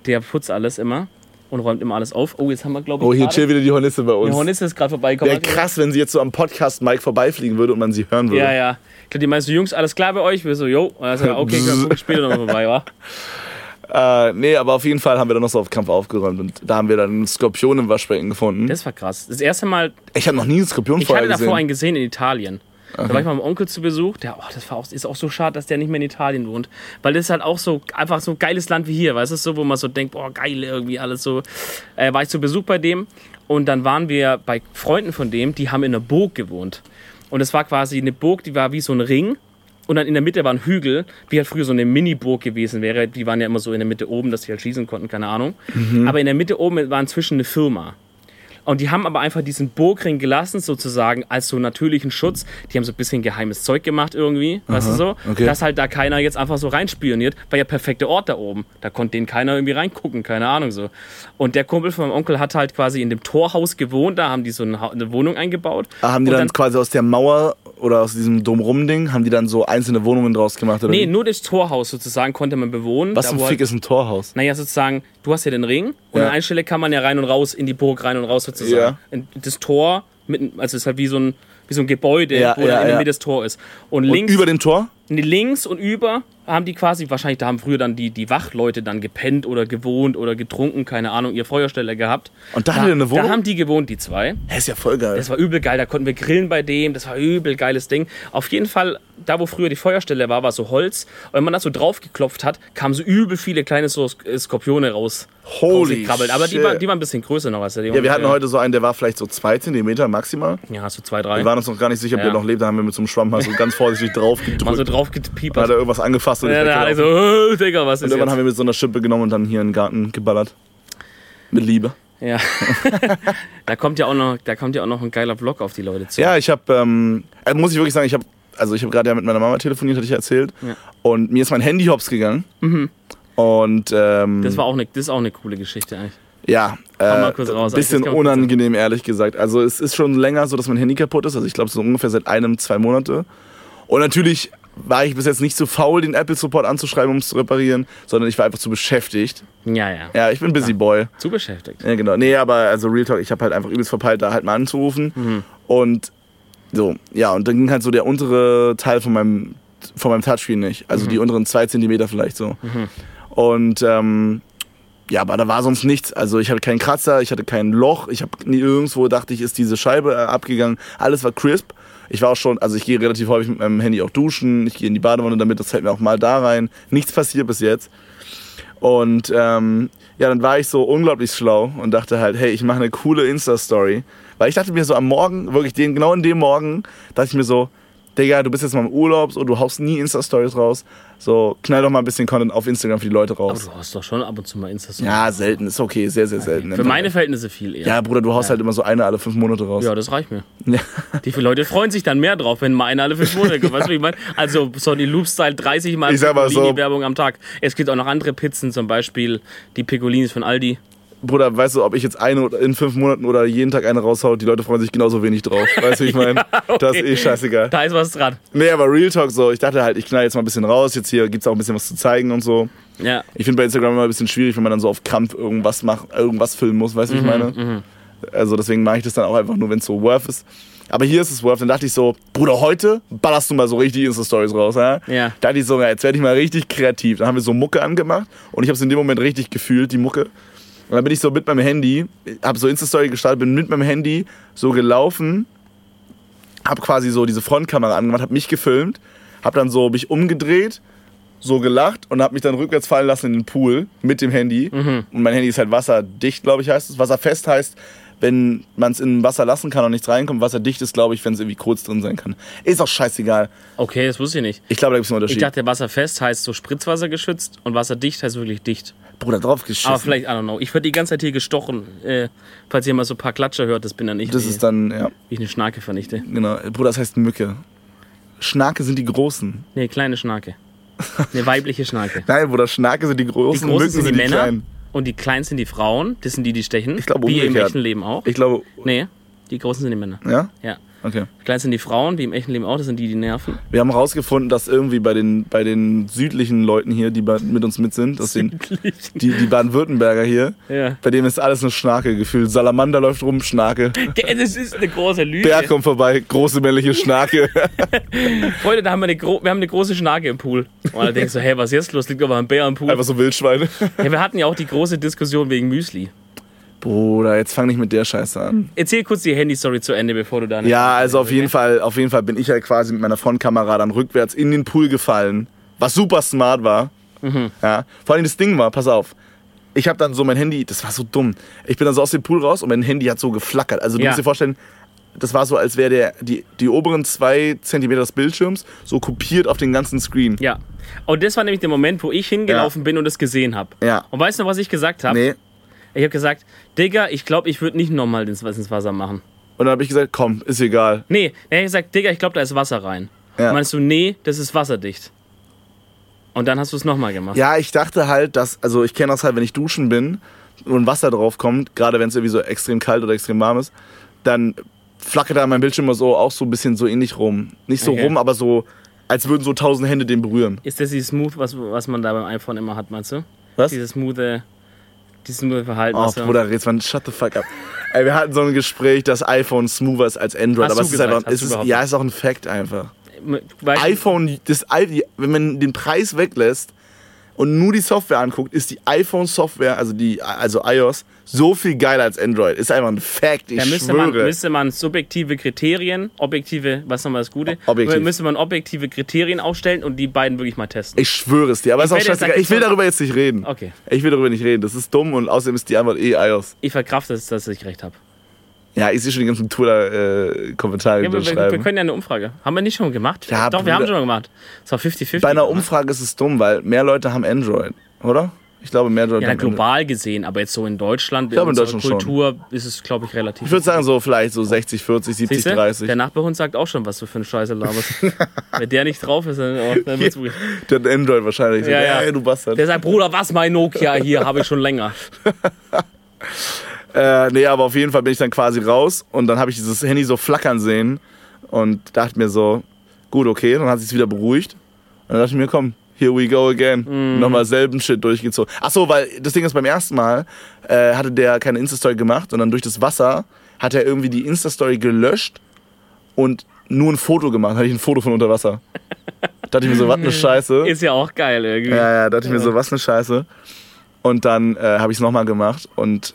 Der putzt alles immer und räumt immer alles auf. Oh, jetzt haben wir, glaube ich,
oh, hier
gerade-
chillt wieder die Hornisse bei
Die
uns.
Hornisse ist gerade
Wäre
vorbeigekommen.
krass, wenn sie jetzt so am Podcast Mike vorbeifliegen würde und man sie hören würde.
Ja, ja. Ich glaube, die meisten Jungs, alles klar bei euch? Wir so, jo. Und dann sagen wir, okay, können wir gucken, später nochmal vorbei, wa?
Äh, nee, aber auf jeden Fall haben wir dann noch so auf Krampf aufgeräumt und da haben wir dann einen Skorpion im Waschbecken gefunden.
Das war krass. Das erste Mal,
ich habe noch nie einen Skorpion
ich
vorher
hatte
gesehen.
davor einen gesehen in Italien. Da war ich mal mit meinem Onkel zu Besuch. Der, oh, das war auch, ist auch so schade, dass der nicht mehr in Italien wohnt. Weil das ist halt auch so, einfach so ein geiles Land wie hier, weißt du, so, wo man so denkt, boah, geil, irgendwie alles so. Äh, war ich zu Besuch bei dem und dann waren wir bei Freunden von dem, die haben in einer Burg gewohnt. Und es war quasi eine Burg, die war wie so ein Ring. Und dann in der Mitte war ein Hügel, wie halt früher so eine Mini-Burg gewesen wäre. Die waren ja immer so in der Mitte oben, dass die halt schießen konnten, keine Ahnung. Aber in der Mitte oben war inzwischen eine Firma. Und die haben aber einfach diesen Burgring gelassen, sozusagen, als so natürlichen Schutz. Die haben so ein bisschen geheimes Zeug gemacht irgendwie, weißt du so?
okay.
Dass halt da keiner jetzt einfach so reinspioniert, war ja perfekter Ort da oben. Da konnte den keiner irgendwie reingucken, keine Ahnung so. Und der Kumpel von meinem Onkel hat halt quasi in dem Torhaus gewohnt, da haben die so eine, Hau- eine Wohnung eingebaut.
Ah, Haben die
Und
dann, quasi aus der Mauer oder aus diesem Drumrum-Ding, haben die dann so einzelne Wohnungen draus gemacht? Oder
Nee,
wie?
nur das Torhaus sozusagen konnte man bewohnen.
Was
Da
zum
wo
Fick
halt,
ist ein Torhaus?
Naja, sozusagen, du hast ja den Ring und
Ja.
an einer Stelle kann man ja rein und raus in die Burg rein und raus sozusagen.
Ja.
Und Das Tor, mit, also es ist halt wie so ein, wie so ein Gebäude,
Ja,
wo
ja,
dann in der
ja.
Mitte das Tor ist. Und
Und
links
über dem Tor?
Nee, links und über haben die quasi, wahrscheinlich, da haben früher dann die, die Wachleute dann gepennt oder gewohnt oder getrunken, keine Ahnung, ihr Feuersteller gehabt.
Und da hat er eine Wohnung?
Da haben die gewohnt, die zwei.
Hä, ist ja voll geil.
Das war übel geil, da konnten wir grillen bei dem, das war übel geiles Ding. Auf jeden Fall, da wo früher die Feuerstelle war, war so Holz. Und wenn man das so draufgeklopft hat, kamen so übel viele kleine so Sk- äh, Skorpione raus.
Holy
rausgekrabbelt. Aber die
shit.
waren, die waren ein bisschen größer noch als der.
ja, wir hatten heute so einen, der war vielleicht so zwei Zentimeter maximal.
Ja, so zwei, drei.
Wir waren uns noch gar nicht sicher, ob
Ja.
der noch lebt. Da haben wir mit so einem Schwamm mal so ganz vorsichtig drauf
Mal
gedrückt.
so
So
drauf
da hat
gepiepert.
er irgendwas angefasst und
Ja,
ist
da hat er
weggelaufen.
so, "Oh, Digga, was
Und
ist
irgendwann
jetzt?
haben wir mit so einer Schippe genommen und dann hier in den Garten geballert. Mit Liebe.
Ja. da kommt ja auch noch, da kommt ja auch noch ein geiler Vlog auf die Leute zu.
Ja, ich habe, ähm, äh, muss ich wirklich sagen, ich habe, also ich habe gerade ja mit meiner Mama telefoniert, hatte ich ja Mhm. erzählt. Und mir ist mein Handy hops gegangen. Und ähm,
Das war auch eine, das ist auch eine coole Geschichte eigentlich.
Ja,
mal
äh,
kurz raus.
bisschen
Das kann man kurz
unangenehm, ehrlich gesagt. Also es ist schon länger so, dass mein Handy kaputt ist. Also ich glaube so ungefähr seit einem, zwei Monate. Und natürlich war ich bis jetzt nicht zu faul, den Apple Support anzuschreiben, um es zu reparieren, sondern ich war einfach zu beschäftigt.
Ja, ja.
Ja, ich bin Busy Boy.
Zu beschäftigt.
Ja, genau. Nee, aber also Real Talk, ich habe halt einfach übelst verpeilt, da halt mal anzurufen.
Mhm.
Und so, ja, und dann ging halt so der untere Teil von meinem,
Mhm.
von meinem Touchscreen nicht. Also die unteren zwei Zentimeter vielleicht so. Und ähm, Ja, aber da war sonst nichts. Also ich hatte keinen Kratzer, ich hatte kein Loch, ich habe nirgendwo dachte ich, ist diese Scheibe äh, abgegangen. Alles war crisp. Ich war auch schon, also ich gehe relativ häufig mit meinem Handy auch duschen, ich gehe in die Badewanne damit, das fällt mir auch mal da rein. Nichts passiert bis jetzt. Und ähm, ja, dann war ich so unglaublich schlau und dachte halt, hey, ich mache eine coole Insta-Story. Weil ich dachte mir so am Morgen, wirklich den, genau in dem Morgen, dachte ich mir so, Digga, du bist jetzt mal im Urlaub, so, du haust nie Insta-Stories raus. So, knall doch mal ein bisschen Content auf Instagram für die Leute
Aber
raus.
du hast doch schon ab und zu mal Insta.
Ja, selten, ist okay, sehr, sehr selten.
Für meine Verhältnisse viel eher.
ja, Bruder, du haust halt immer so eine alle fünf Monate raus.
Ja, das reicht mir.
Ja.
Die viele Leute freuen sich dann mehr drauf, wenn mal einer alle fünf Monate kommt. Weißt du, wie ich meine? Also Sony Loop Style 30 Mal
Ich sag mal so.
Piccolini-Werbung am Tag. Es gibt auch noch andere Pizzen, zum Beispiel die Piccolinis von Aldi.
Bruder, weißt du, ob ich jetzt eine oder- in fünf Monaten oder jeden Tag eine raushaue, die Leute freuen sich genauso wenig drauf. Weißt du, wie ich meine? Das ist eh scheißegal.
Da ist was dran.
Nee, aber Real Talk so, ich dachte halt, ich knall jetzt mal ein bisschen raus, jetzt hier gibt's auch ein bisschen was zu zeigen und so.
Ja.
Ich finde bei Instagram immer ein bisschen schwierig, wenn man dann so auf Kampf irgendwas macht, irgendwas filmen muss, weißt du, wie ich meine? Also deswegen mache ich das dann auch einfach nur, wenn es so worth ist. Aber hier ist es worth. Dann dachte ich so, Bruder, heute ballerst du mal so richtig Insta-Stories raus. Ja?
Ja.
Da dachte ich so, ja, jetzt werde ich mal richtig kreativ. Dann haben wir so Mucke angemacht und ich habe es in dem Moment richtig gefühlt, die Mucke. Und dann bin ich so mit meinem Handy, habe so Insta-Story gestartet, bin mit meinem Handy so gelaufen, habe quasi so diese Frontkamera angemacht, habe mich gefilmt, habe dann so mich umgedreht, so gelacht und habe mich dann rückwärts fallen lassen in den Pool mit dem Handy. Und mein Handy ist halt wasserdicht, glaube ich, heißt es. Wasserfest heißt, wenn man es in Wasser lassen kann und nichts reinkommt. Wasserdicht ist, glaube ich, wenn es irgendwie kurz drin sein kann. Ist auch scheißegal.
Okay, das wusste ich nicht.
Ich glaube, da gibt es einen
Ich
Unterschied.
dachte, wasserfest heißt so Spritzwasser geschützt und wasserdicht heißt wirklich dicht.
Bruder, drauf
Aber
geschissen.
vielleicht, I don't know. Ich werde die ganze Zeit hier gestochen. Äh, falls ihr mal so ein paar Klatscher hört, das bin dann ich,
Das
die,
ist dann, ja,
die ich eine Schnarke vernichte.
genau. Bruder, das heißt Mücke. Schnake sind die Großen.
Nee, kleine Schnarke. Eine weibliche Schnarke.
Nein, Bruder, Schnake sind die
Die
Großen,
großen
Mücken
sind die, Männer
Kleinen.
und die kleinen sind die Frauen. Das sind die, die stechen. Ich
glaube,
wie im
umgekehrt.
echten Leben auch.
Ich glaube,
nee, die großen sind die Männer.
ja?
Ja.
Okay.
Die kleinen sind die Frauen, wie im echten Leben auch. Das sind die, die nerven.
Wir haben herausgefunden, dass irgendwie bei den, bei den südlichen Leuten hier, die bei- mit uns mit sind, dass den, die, die Baden-Württemberger hier,
Ja.
bei dem ist alles eine Schnake gefühlt. Salamander läuft rum, Schnake.
Der- Das ist eine große Lüge.
Bär kommt vorbei, große männliche Schnake.
Freunde, da haben wir, eine gro wir haben eine große Schnarke im Pool. Und dann denkst du, hey, was ist jetzt los? Liegt aber ein Bär im Pool.
Einfach so Wildschweine.
Ja, wir hatten ja auch die große Diskussion wegen Müsli.
Bruder, jetzt fang nicht mit der Scheiße an.
Erzähl kurz die Handy-Story zu Ende, bevor du da eine-
Ja, also auf jeden Fall, auf jeden Fall bin ich halt quasi mit meiner Frontkamera dann rückwärts in den Pool gefallen, was super smart war.
Mhm.
Ja, vor allem das Ding war, pass auf. Ich habe dann so mein Handy, das war so dumm. Ich bin dann so aus dem Pool raus und mein Handy hat so geflackert. Also du
Ja.
musst dir vorstellen, das war so, als wäre der die, die oberen zwei Zentimeter des Bildschirms so kopiert auf den ganzen Screen.
Ja. Und das war nämlich der Moment, wo ich hingelaufen bin und es gesehen habe.
Ja.
Und weißt du noch, was ich gesagt habe?
Nee.
Ich habe gesagt, Digga, ich glaube, ich würde nicht nochmal ins, ins Wasser machen.
Und dann habe ich gesagt, komm, ist egal.
Nee, er hat gesagt, Digga, ich glaube, da ist Wasser rein.
Ja.
Und meinst du, nee, das ist wasserdicht. Und dann hast du es nochmal gemacht.
Ja, ich dachte halt, dass, also ich kenne das halt, wenn ich duschen bin und Wasser drauf kommt, gerade wenn es irgendwie so extrem kalt oder extrem warm ist, dann flackert da mein Bildschirm so auch so ein bisschen so ähnlich rum. Nicht so
Okay.
rum, aber so, als würden so tausend Hände den berühren.
Ist das dieses Smooth, was, was man da beim iPhone immer hat, meinst du?
Was?
Dieses smoothe, dieses smoothe Verhalten.
Oh,
was du-
Bruder, jetzt man, shut the fuck up. Ey, wir hatten so ein Gespräch, dass iPhone smoother ist als Android,
Hast
aber
du
es
gesagt,
ist einfach,
hast
es
du
ist,
behauptet.
ja, ist auch ein Fact einfach.
Weißt du-
iPhone, das, i- wenn man den Preis weglässt und nur die Software anguckt, ist die iPhone-Software, also die, also iOS, so viel geiler als Android. Ist einfach ein Fact, ich
Da müsste man,
schwöre.
müsste man subjektive Kriterien, objektive, was nochmal das Gute?
Objektiv.
Müsste man objektive Kriterien aufstellen und die beiden wirklich mal testen.
ich schwöre es dir, aber ist auch
werde jetzt
scheißegal.
sagen,
Ich will
so-
darüber jetzt nicht reden.
Okay.
Ich will darüber nicht reden. Das ist dumm und außerdem ist die Antwort eh iOS.
Ich verkrafte es, dass ich recht habe.
Ja, ich sehe schon die ganzen Twitter-Kommentare, die
Ja,
da
wir, wir, wir
schreiben.
können ja eine Umfrage. Haben wir nicht schon gemacht?
Ja,
Doch, wir haben
Bruder.
schon mal gemacht. Es war 50-50.
Bei einer Umfrage ist es dumm, weil mehr Leute haben Android, oder? Ich glaube, mehr Leute
Ja,
haben Android.
global gesehen, aber jetzt so in Deutschland,
glaube, in
unserer
Deutschland schon.
Kultur ist es, glaube ich, relativ.
Ich würde sagen, so vielleicht so 60, 40, 70,
Siehste?
30.
Der Nachbarhund sagt auch schon, was du für eine Scheiße laberst. Wenn der nicht drauf ist, dann, oh, dann wird's wirklich.
Der hat Android wahrscheinlich.
Ja, ja.
Ey, du Bastard.
Der sagt, Bruder, was mein Nokia hier habe ich schon länger.
Äh, nee, aber auf jeden Fall bin ich dann quasi raus und dann habe ich dieses Handy so flackern sehen und dachte mir so, gut, okay, dann hat sich's wieder beruhigt. Und dann dachte ich mir, komm, here we go again. Nochmal selben Shit durchgezogen. Ach so, weil das Ding ist, beim ersten Mal äh, hatte der keine Insta-Story gemacht und dann durch das Wasser hat er irgendwie die Insta-Story gelöscht und nur ein Foto gemacht. Hatte ich ein Foto von unter Wasser. dachte ich mir so, was eine Scheiße.
Ist ja auch geil irgendwie.
Ja, ja, dachte ich mir so, was eine Scheiße. Und dann äh, habe ich es nochmal gemacht und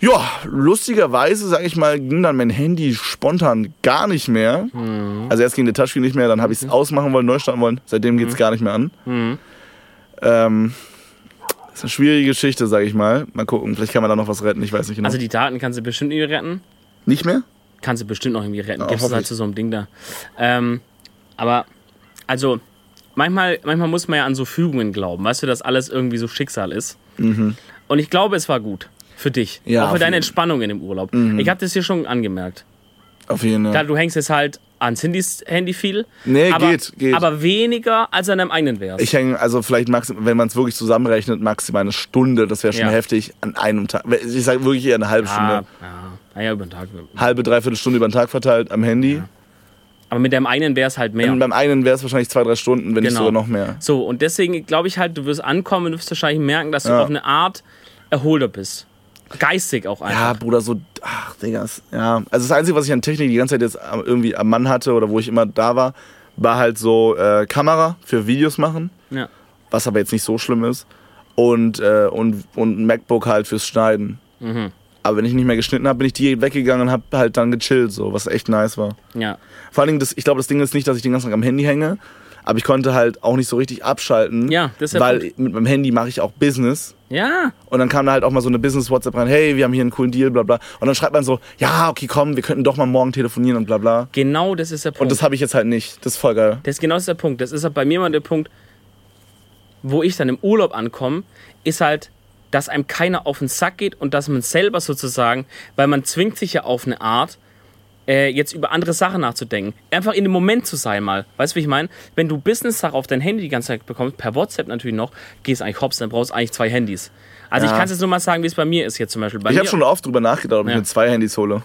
ja, lustigerweise, sage ich mal, ging dann mein Handy spontan gar nicht mehr.
Mhm.
Also erst ging der Touchscreen nicht mehr, dann habe ich es ausmachen wollen, neu starten wollen. Seitdem
Mhm.
geht es gar nicht mehr an. Ähm, ist eine schwierige Geschichte, sage ich mal. Mal gucken, vielleicht kann man da noch was retten, ich weiß nicht genau.
Also die Daten kannst du bestimmt irgendwie retten.
nicht mehr?
Kannst du bestimmt noch irgendwie retten.
Ja,
Gibst es
hoffe
halt
ich.
zu so einem Ding da. Ähm, aber, also, manchmal, manchmal muss man ja an so Fügungen glauben, weißt du, dass alles irgendwie so Schicksal ist. Und ich glaube, es war gut. Für dich.
Mhm. Ja,
auch für
auf
deine
jeden- Mhm.
Entspannung in dem Urlaub. Ich habe das hier schon angemerkt.
Auf jeden
Klar,
Fall.
du hängst jetzt halt ans Handy, Handy viel.
Nee,
aber,
geht, geht.
Aber weniger als an deinem eigenen wärst.
Ich hänge, also vielleicht, max, wenn man es wirklich zusammenrechnet, maximal eine Stunde, das wäre schon
Ja.
heftig, an einem Tag. Ich sage wirklich eher eine halbe
ah,
Stunde.
ja, naja, über den Tag.
Halbe, dreiviertel Stunde über den Tag verteilt am Handy.
Aber mit deinem eigenen wär's halt mehr.
Und beim einen wäre es wahrscheinlich zwei, drei Stunden, wenn nicht
Genau.
sogar noch mehr.
So, und deswegen glaube ich halt, du wirst ankommen und wirst wahrscheinlich merken, dass du
Ja.
auf eine Art erholter bist. Geistig auch
Ja,
einfach.
Bruder, so, ach, Digga, es- ja. Also das Einzige, was ich an Technik die ganze Zeit jetzt am- irgendwie am Mann hatte oder wo ich immer da war, war halt so äh, Kamera für Videos machen,
Ja.
was aber jetzt nicht so schlimm ist. Und, äh, und, und ein MacBook halt fürs Schneiden. Aber wenn ich nicht mehr geschnitten habe, bin ich direkt weggegangen und habe halt dann gechillt, so, was echt nice war.
ja.
Vor allen Dingen, das, ich glaube, das Ding ist nicht, dass ich den ganzen Tag am Handy hänge, aber ich konnte halt auch nicht so richtig abschalten,
Ja, das ist der
weil
Punkt.
mit meinem Handy mache ich auch Business.
Ja.
Und dann kam da halt auch mal so eine Business-WhatsApp rein, hey, wir haben hier einen coolen Deal, bla bla. Und dann schreibt man so, ja, okay, komm, wir könnten doch mal morgen telefonieren und bla bla.
Genau das ist der Punkt.
Und das habe ich jetzt halt nicht. Das ist voll geil.
Das ist genau das ist der Punkt. Das ist halt bei mir mal der Punkt, wo ich dann im Urlaub ankomme, ist halt, dass einem keiner auf den Sack geht und dass man selber sozusagen, weil man zwingt sich ja auf eine Art, äh, jetzt über andere Sachen nachzudenken. Einfach in dem Moment zu sein mal. Weißt du, wie ich meine? Wenn du Business-Sachen auf dein Handy die ganze Zeit bekommst, per WhatsApp natürlich noch, gehst eigentlich hops, dann brauchst du eigentlich zwei Handys. Also ich
Ja.
kann es jetzt nur mal sagen, wie es bei mir ist jetzt zum Beispiel. Bei
Ich
mir,
habe schon oft drüber nachgedacht, ob
Ja.
ich mir zwei Handys hole.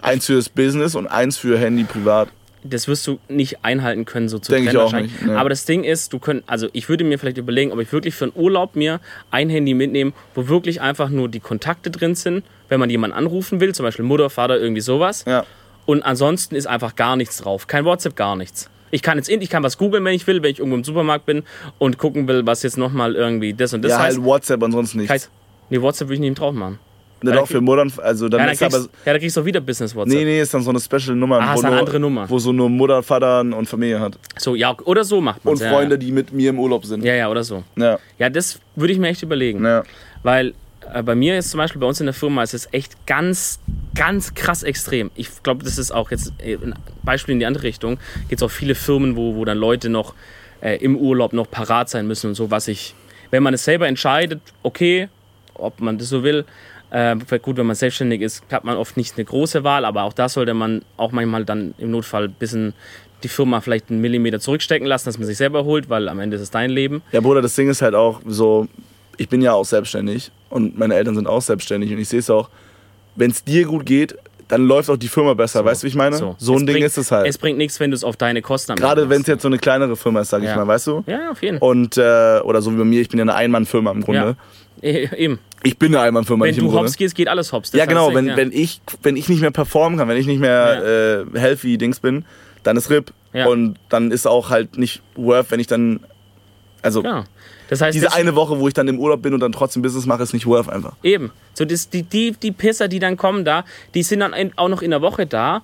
Eins fürs Business und eins für Handy privat.
das wirst du nicht einhalten können, so zu
Denk ich
trennen
auch
wahrscheinlich.
nicht, ne.
Aber das Ding ist, du könnt, also ich würde mir vielleicht überlegen, ob ich wirklich für einen Urlaub mir ein Handy mitnehme, wo wirklich einfach nur die Kontakte drin sind, wenn man jemanden anrufen will, zum Beispiel Mutter, Vater, irgendwie sowas.
Ja.
Und ansonsten ist einfach gar nichts drauf. Kein WhatsApp, gar nichts. Ich kann jetzt in, ich kann was googeln, wenn ich will, wenn ich irgendwo im Supermarkt bin und gucken will, was jetzt nochmal irgendwie das und das
ja,
heißt.
halt WhatsApp und sonst nichts.
heißt nee, WhatsApp würde ich nicht drauf machen.
Dann auch für Muttern, also dann
Ja, dann
ist aber.
kriegst, ja, dann kriegst du auch wieder Business WhatsApp.
Nee, nee, ist dann so eine Special-Nummer.
Ah,
wo
ist eine
nur-
andere Nummer.
Wo so nur Mutter, Vater und Familie hat.
So, ja, oder so macht man
Und Freunde, die mit mir im Urlaub sind.
Ja, ja, oder so.
Ja.
Ja, das würde ich mir echt überlegen.
ja.
Weil äh, bei mir ist zum Beispiel bei uns in der Firma ist es echt ganz, ganz krass extrem. Ich glaube, das ist auch jetzt äh, ein Beispiel in die andere Richtung. Gibt es auch viele Firmen, wo, wo dann Leute noch äh, im Urlaub noch parat sein müssen und so, was ich, wenn man es selber entscheidet, okay, ob man das so will. Äh, gut, wenn man selbstständig ist, hat man oft nicht eine große Wahl, aber auch da sollte man auch manchmal dann im Notfall ein bisschen die Firma vielleicht einen Millimeter zurückstecken lassen, dass man sich selber holt, weil am Ende ist es dein Leben.
Ja, Bruder, das Ding ist halt auch so, ich bin ja auch selbstständig und meine Eltern sind auch selbstständig und ich sehe es auch, wenn es dir gut geht, dann läuft auch die Firma besser, weißt du, wie ich meine? So, ein
Es
Ding
bringt,
ist es halt.
Es bringt nichts, wenn du es auf deine Kosten am
Gerade
Ende
wenn
machst.
es jetzt so eine kleinere Firma ist, sag ich
Ja.
mal, weißt du?
Ja, auf jeden Fall.
Und, äh, oder so wie bei mir, ich bin ja eine Einmannfirma im Grunde.
E eben.
ne? Ich bin eine Einmannfirma,
Wenn
nicht im
du
Grunde.
hops gehst, geht alles hops. Das
Ja, genau,
heißt,
wenn,
ja.
Wenn, ich, wenn ich nicht mehr performen kann, wenn ich nicht mehr äh, healthy Dings bin, dann ist RIP.
Ja.
Und dann ist auch halt nicht worth, wenn ich dann. Also,
Ja. Das heißt,
diese
das-
eine Woche, wo ich dann im Urlaub bin und dann trotzdem Business mache, ist nicht worth einfach.
Eben. So, das, die, die, die Pisser, die dann kommen da, die sind dann ein- auch noch in der Woche da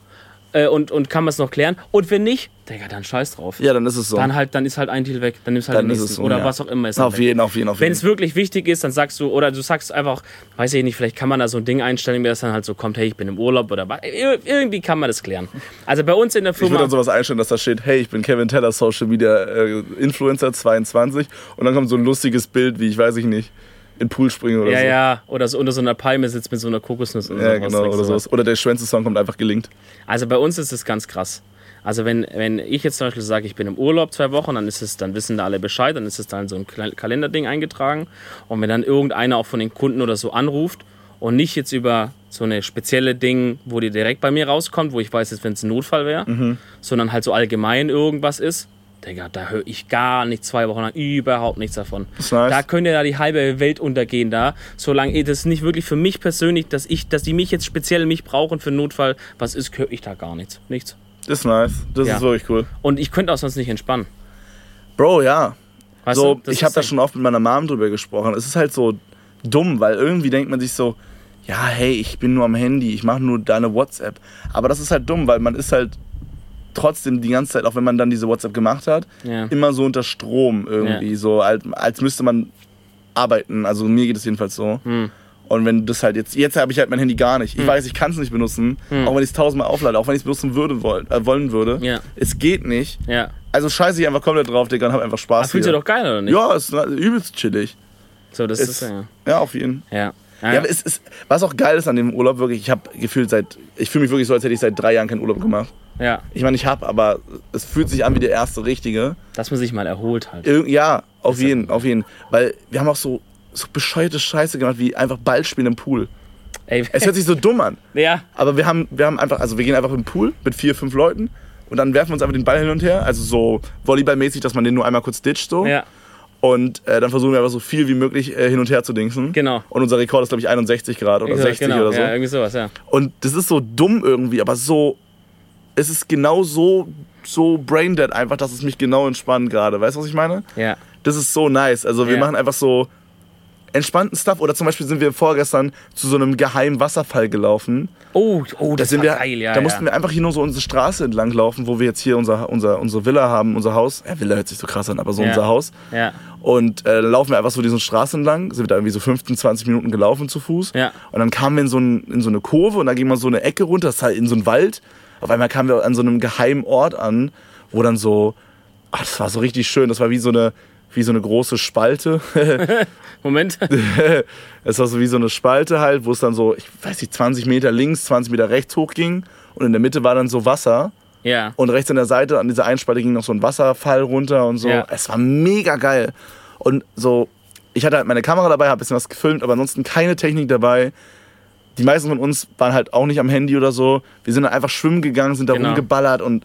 äh, und, und kann man es noch klären. Und wenn nicht, Digga, dann scheiß drauf.
Ja, dann ist es so.
Dann halt, dann ist halt ein Deal weg, dann nimmst halt
Dann
den
ist
nächsten
es so,
oder
ja.
was auch immer halt ist. dann
auf
weg.
jeden, auf jeden, auf
Wenn
jeden.
es wirklich wichtig ist, dann sagst du, oder du sagst einfach, weiß ich nicht, vielleicht kann man da so ein Ding einstellen, wie das dann halt so kommt, hey, ich bin im Urlaub oder was. Ir- Irgendwie kann man das klären. Also bei uns in der
ich würde
Firma.
dann sowas einstellen, dass da steht, hey, ich bin Kevin Teller, Social Media äh, Influencer 22 und dann kommt so ein lustiges Bild, wie ich weiß ich nicht, in den Pool springen oder
ja,
so.
ja, oder so unter so einer Palme sitzt mit so einer Kokosnuss oder
Ja,
sowas,
genau,
denkst
oder
du, was?
sowas. Oder der Schwänze-Song kommt einfach gelinkt.
Also bei uns ist es ganz krass. Also wenn, wenn ich jetzt zum Beispiel sage, ich bin im Urlaub zwei Wochen, dann ist es, dann wissen da alle Bescheid, dann ist es dann so ein Kle- Kalenderding eingetragen. Und wenn dann irgendeiner auch von den Kunden oder so anruft und nicht jetzt über so eine spezielle Ding, wo die direkt bei mir rauskommt, wo ich weiß jetzt, wenn es ein Notfall wäre,
Mhm.
sondern halt so allgemein irgendwas ist, Digga, da höre ich gar nicht zwei Wochen lang überhaupt nichts davon.
ist nice.
Da könnte ja die halbe Welt untergehen da, solange eh das nicht wirklich für mich persönlich, dass ich, dass die mich jetzt speziell mich brauchen für einen Notfall, was ist, höre ich da gar nichts. Nichts.
Das ist nice. Das
Ja.
ist wirklich cool.
Und ich könnte auch sonst nicht entspannen.
Bro, ja.
Weißt
so,
du, das
ich habe
ist
da
so-
schon oft mit meiner Mom drüber gesprochen. Es ist halt so dumm, weil irgendwie denkt man sich so, ja, hey, ich bin nur am Handy, ich mache nur deine WhatsApp. Aber das ist halt dumm, weil man ist halt trotzdem die ganze Zeit, auch wenn man dann diese WhatsApp gemacht hat,
Ja.
immer so unter Strom irgendwie,
Ja.
so als, als müsste man arbeiten. Also mir geht es jedenfalls so.
Hm.
Und wenn das halt jetzt, jetzt habe ich halt mein Handy gar nicht. Ich weiß, ich kann es nicht benutzen, auch wenn ich es tausendmal auflade, auch wenn ich es benutzen würde, wollen, äh, wollen würde.
Hm. Ja.
Es geht nicht.
Ja.
Also scheiße ich einfach komplett drauf, Digga, und hab einfach Spaß.
Das fühlt sich
hier.
doch geil, oder nicht?
Ja, ist na- übelst chillig.
So, das
Ist,
ist, ja.
ja, auf jeden Fall.
Ja.
Ja, aber es ist, was auch geil ist an dem Urlaub, wirklich, ich habe gefühlt seit, ich fühle mich wirklich so, als hätte ich seit drei Jahren keinen Urlaub gemacht.
ja.
Ich meine, ich habe, aber es fühlt sich an wie der erste richtige.
Dass man sich mal erholt halt.
Irg ja, auf jeden, auf jeden. Weil wir haben auch so, so bescheuerte Scheiße gemacht, wie einfach Ball spielen im Pool.
Ey,
Es hört sich so dumm an,
ja.
aber wir haben, wir haben einfach, also wir gehen einfach im Pool mit vier, fünf Leuten und dann werfen wir uns einfach den Ball hin und her, also so Volleyballmäßig, dass man den nur einmal kurz ditcht so.
Ja.
Und äh, dann versuchen wir aber so viel wie möglich äh, hin und her zu dingsen.
Genau.
Und unser Rekord ist, glaube ich, 61 Grad oder
Wie gesagt,
60 oder so.
Ja, irgendwie sowas, ja.
Und das ist so dumm irgendwie, aber so. Es ist genau so, so braindead einfach, dass es mich genau entspannt gerade. Weißt du, was ich meine?
Ja.
Das ist so nice. Also wir
Ja.
machen einfach so entspannten Stuff. Oder zum Beispiel sind wir vorgestern zu so einem geheimen Wasserfall gelaufen.
Oh, oh, das,
Da sind wir,
war geil, ja.
da
ja.
mussten wir einfach hier nur so unsere Straße entlang laufen, wo wir jetzt hier unser, unser, unsere Villa haben, unser Haus. Ja, Villa hört sich so krass an, aber so
Ja.
unser Haus.
Ja.
Und äh, dann laufen wir einfach so diesen Straßen lang, sind wir da irgendwie so 15, 20 Minuten gelaufen zu Fuß.
Ja.
Und dann kamen wir in so, ein, in so eine Kurve und dann ging man so eine Ecke runter, das ist halt in so einen Wald. Auf einmal kamen wir an so einem geheimen Ort an, wo dann so, ach, das war so richtig schön, das war wie so eine, wie so eine große Spalte.
Moment.
Es war so wie so eine Spalte halt, wo es dann so, ich weiß nicht, 20 Meter links, 20 Meter rechts hoch ging und in der Mitte war dann so Wasser.
ja.
Und rechts an der Seite, an dieser einen Spalte, ging noch so ein Wasserfall runter und so.
Ja.
Es war mega geil. Und so, ich hatte halt meine Kamera dabei, habe ein bisschen was gefilmt, aber ansonsten keine Technik dabei. Die meisten von uns waren halt auch nicht am Handy oder so. Wir sind dann einfach schwimmen gegangen, sind da
Genau.
rumgeballert und.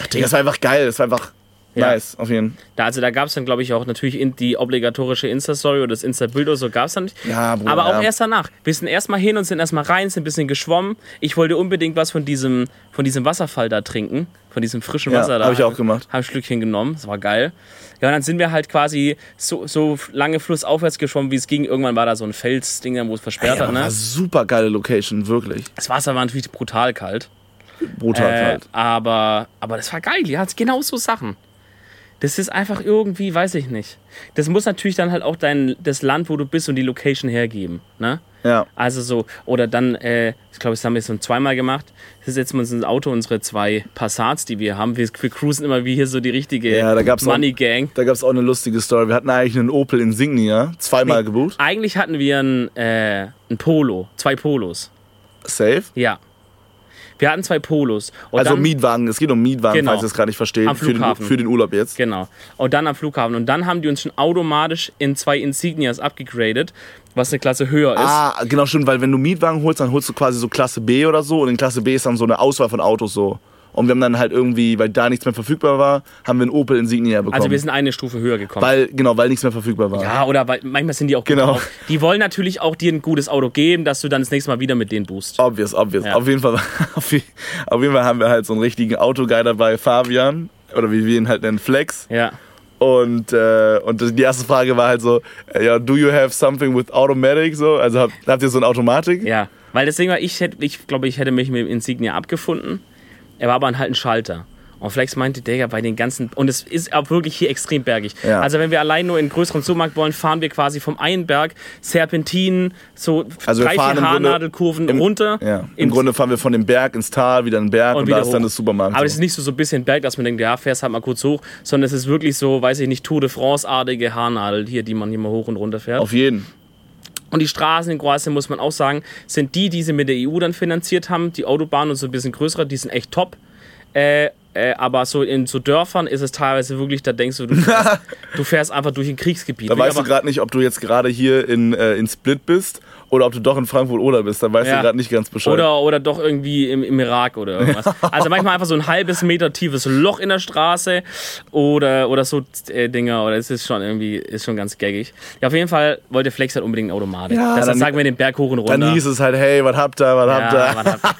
Ach, Digga, das war einfach geil. Das war einfach
Ja.
nice, auf jeden Fall.
Da, also da gab es dann, glaube ich, auch natürlich in, die obligatorische Insta-Story oder das Insta-Bild oder so gab es dann nicht.
Ja, Bruder,
Aber auch
ja.
erst danach. Wir sind erstmal hin und sind erstmal rein, sind ein bisschen geschwommen. Ich wollte unbedingt was von diesem, von diesem Wasserfall da trinken. Von diesem frischen
Ja,
Wasser da.
hab ich auch gemacht.
Hab ein Schlückchen genommen. Das war geil. Ja, und dann sind wir halt quasi so, so lange flussaufwärts geschwommen, wie es ging. Irgendwann war da so ein Felsding, wo es versperrt
Ja,
hat.
war
Ne?
super geile Location, wirklich.
Das Wasser war natürlich brutal kalt.
Brutal
Äh,
kalt.
aber, aber das war geil, ja, genau so Sachen. Das ist einfach irgendwie, weiß ich nicht. Das muss natürlich dann halt auch dein, das Land, wo du bist und die Location hergeben, ne?
Ja. Also,
Also so, oder dann, äh, ich glaube, das haben wir schon zweimal gemacht. Das setzen wir uns ins Auto, unsere zwei Passats, die wir haben. Wir, wir cruisen immer wie hier so die richtige
Ja, da gab's auch-
Money Gang.
da gab es auch eine lustige Story. Wir hatten eigentlich einen Opel Insignia, zweimal gebucht.
Eigentlich hatten wir ein, äh, ein Polo, zwei Polos.
Safe.
Ja. Wir hatten zwei Polos. Und
Also
dann-
Mietwagen, es geht um Mietwagen,
Genau.
falls ihr es gerade nicht versteht,
Am
für den,
Flughafen.
für den Urlaub jetzt.
Genau. Und dann am Flughafen. Und dann haben die uns schon automatisch in zwei Insignias abgegradet, was eine Klasse höher ist.
Ah, genau, stimmt, weil wenn du Mietwagen holst, dann holst du quasi so Klasse B oder so und in Klasse B ist dann so eine Auswahl von Autos so. Und wir haben dann halt irgendwie, weil da nichts mehr verfügbar war, haben wir einen Opel Insignia bekommen.
also wir sind eine Stufe höher gekommen.
weil, genau, weil nichts mehr verfügbar war.
ja, oder weil manchmal sind die auch gut
Genau.
drauf. Die wollen natürlich auch dir ein gutes Auto geben, dass du dann das nächste Mal wieder mit denen boost.
Obvious, obvious. Auf, jeden Fall, auf, je- auf jeden Fall haben wir halt so einen richtigen Autoguy dabei, Fabian, oder wie wir ihn halt nennen, Flex.
Ja.
Und, äh, und die erste Frage war halt so, äh, ja, do you have something with automatic? So, also habt, habt ihr so eine Automatik?
Ja. Weil deswegen war ich, hätte- ich glaube, ich hätte mich mit dem Insignia abgefunden. Er war aber halt ein Schalter. Und Flex meinte, Digga, bei den ganzen. Und es ist auch wirklich hier extrem bergig.
Ja.
Also, wenn wir allein nur in einen größeren Supermarkt wollen, fahren wir quasi vom einen Berg, Serpentinen, so
Also wir
drei,
fahren
vier
im Grunde-
Haarnadelkurven runter.
Ja. Im
ins-
Grunde fahren wir von dem Berg ins Tal, wieder in den Berg und, da
wieder
ist dann
hoch.
das Supermarkt.
Aber es
so.
ist nicht so, so ein bisschen Berg, dass man denkt, ja, fährst halt mal kurz hoch, sondern es ist wirklich so, weiß ich nicht, Tour de France-artige Haarnadel hier, die man hier mal hoch und runter fährt.
Auf jeden.
Und die Straßen in Kroatien, muss man auch sagen, sind die, die sie mit der EU dann finanziert haben, die Autobahnen und so ein bisschen größere, die sind echt top. Äh, äh, aber so in so Dörfern ist es teilweise wirklich, da denkst du, du fährst, du fährst einfach durch ein Kriegsgebiet.
Da weißt du
aber,
gerade nicht, ob du jetzt gerade hier in, äh, in Split bist oder ob du doch in Frankfurt oder bist, dann weißt
Ja.
du gerade nicht ganz Bescheid.
Oder, oder doch irgendwie im, im Irak oder irgendwas. Also manchmal einfach so ein halbes Meter tiefes Loch in der Straße oder, oder so äh, Dinger. Oder es ist schon irgendwie, ist schon ganz gaggig. Ja, auf jeden Fall wollte Flex halt unbedingt eine Automatik.
Ja,
das
dann-
sagen wir den Berg hoch und runter.
dann hieß es halt, hey, was habt ihr, was habt
ja,
ihr?
man hat.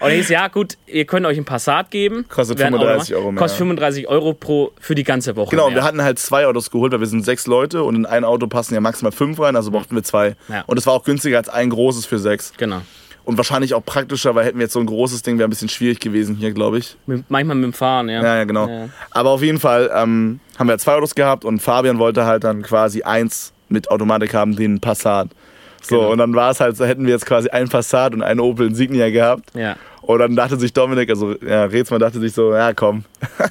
Und ich ja gut, ihr könnt euch einen Passat geben.
Kostet
Wäre ein
35 Euro mehr.
Kostet 35 Euro pro für die ganze Woche.
Genau, und
mehr.
wir hatten halt zwei Autos geholt, weil wir sind sechs Leute und in ein Auto passen ja maximal fünf rein, also brauchten wir zwei.
Ja.
Und es war auch günstiger als ein großes für sechs.
genau.
Und wahrscheinlich auch praktischer, weil hätten wir jetzt so ein großes Ding, wäre ein bisschen schwierig gewesen hier, glaube ich.
Mit, manchmal mit dem Fahren, ja.
Ja, ja, genau.
Ja.
Aber auf jeden Fall ähm, haben wir zwei Autos gehabt und Fabian wollte halt dann quasi eins mit Automatik haben, den Passat. So,
Genau.
und dann war es halt, so hätten wir jetzt quasi einen Passat und einen Opel Insignia gehabt.
ja.
Und dann dachte sich Dominik, also ja, Rezmann dachte sich so, ja komm,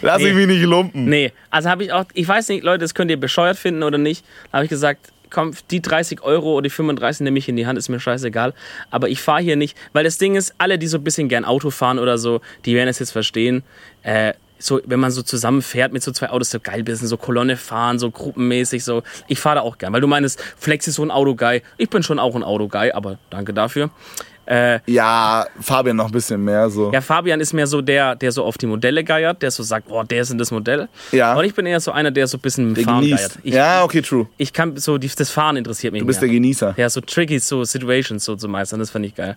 lass
Nee.
ich mich nicht lumpen.
Nee, also habe ich auch, ich weiß nicht, Leute, das könnt ihr bescheuert finden oder nicht. Da habe ich gesagt, komm, die 30 Euro oder die 35 nehme ich in die Hand, ist mir scheißegal. Aber ich fahre hier nicht, weil das Ding ist, alle, die so ein bisschen gern Auto fahren oder so, die werden es jetzt verstehen. Äh, so, wenn man so zusammen fährt mit so zwei Autos, so geil bisschen, so Kolonne fahren, so gruppenmäßig, so. Ich fahre da auch gern, weil du meinst, Flex ist so ein Autoguy. Ich bin schon auch ein Autoguy, aber danke dafür. Äh,
Ja, Fabian noch ein bisschen mehr so.
Ja, Fabian ist mehr so der, der so auf die Modelle geiert, der so sagt, boah, der ist in das Modell.
Ja.
Und ich bin eher so einer, der so ein bisschen mit
der
Fahren
genießt.
geiert. Ich,
ja, okay, true.
ich kann so, die, das Fahren interessiert mich.
Du bist
mehr.
der Genießer.
Ja, so tricky, so Situations so zu meistern, das fand ich geil.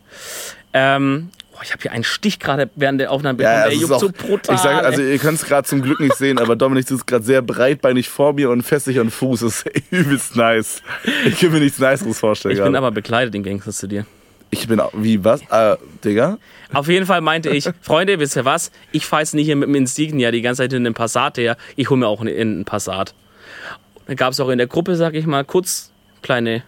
Ähm, boah, ich habe hier einen Stich gerade während der Aufnahme bekommen,
Ja,
der
es ist
juckt so brutal.
ich sag, also
ey.
ihr könnt es gerade zum Glück nicht sehen, aber Dominik sitzt gerade sehr breitbeinig vor mir und festig an Fuß. Das ist übelst nice. Ich kann mir nichts Niceres vorstellen.
ich bin
gerade.
aber bekleidet im Gegensatz zu dir.
ich bin auch, wie, was? Äh, Digga?
Auf jeden Fall meinte ich, Freunde, wisst ihr was? Ich fahre jetzt nicht hier mit dem Insignia die ganze Zeit in einem Passat her. Ich hole mir auch einen, einen Passat. Da gab es auch in der Gruppe, sag ich mal, kurz kleine,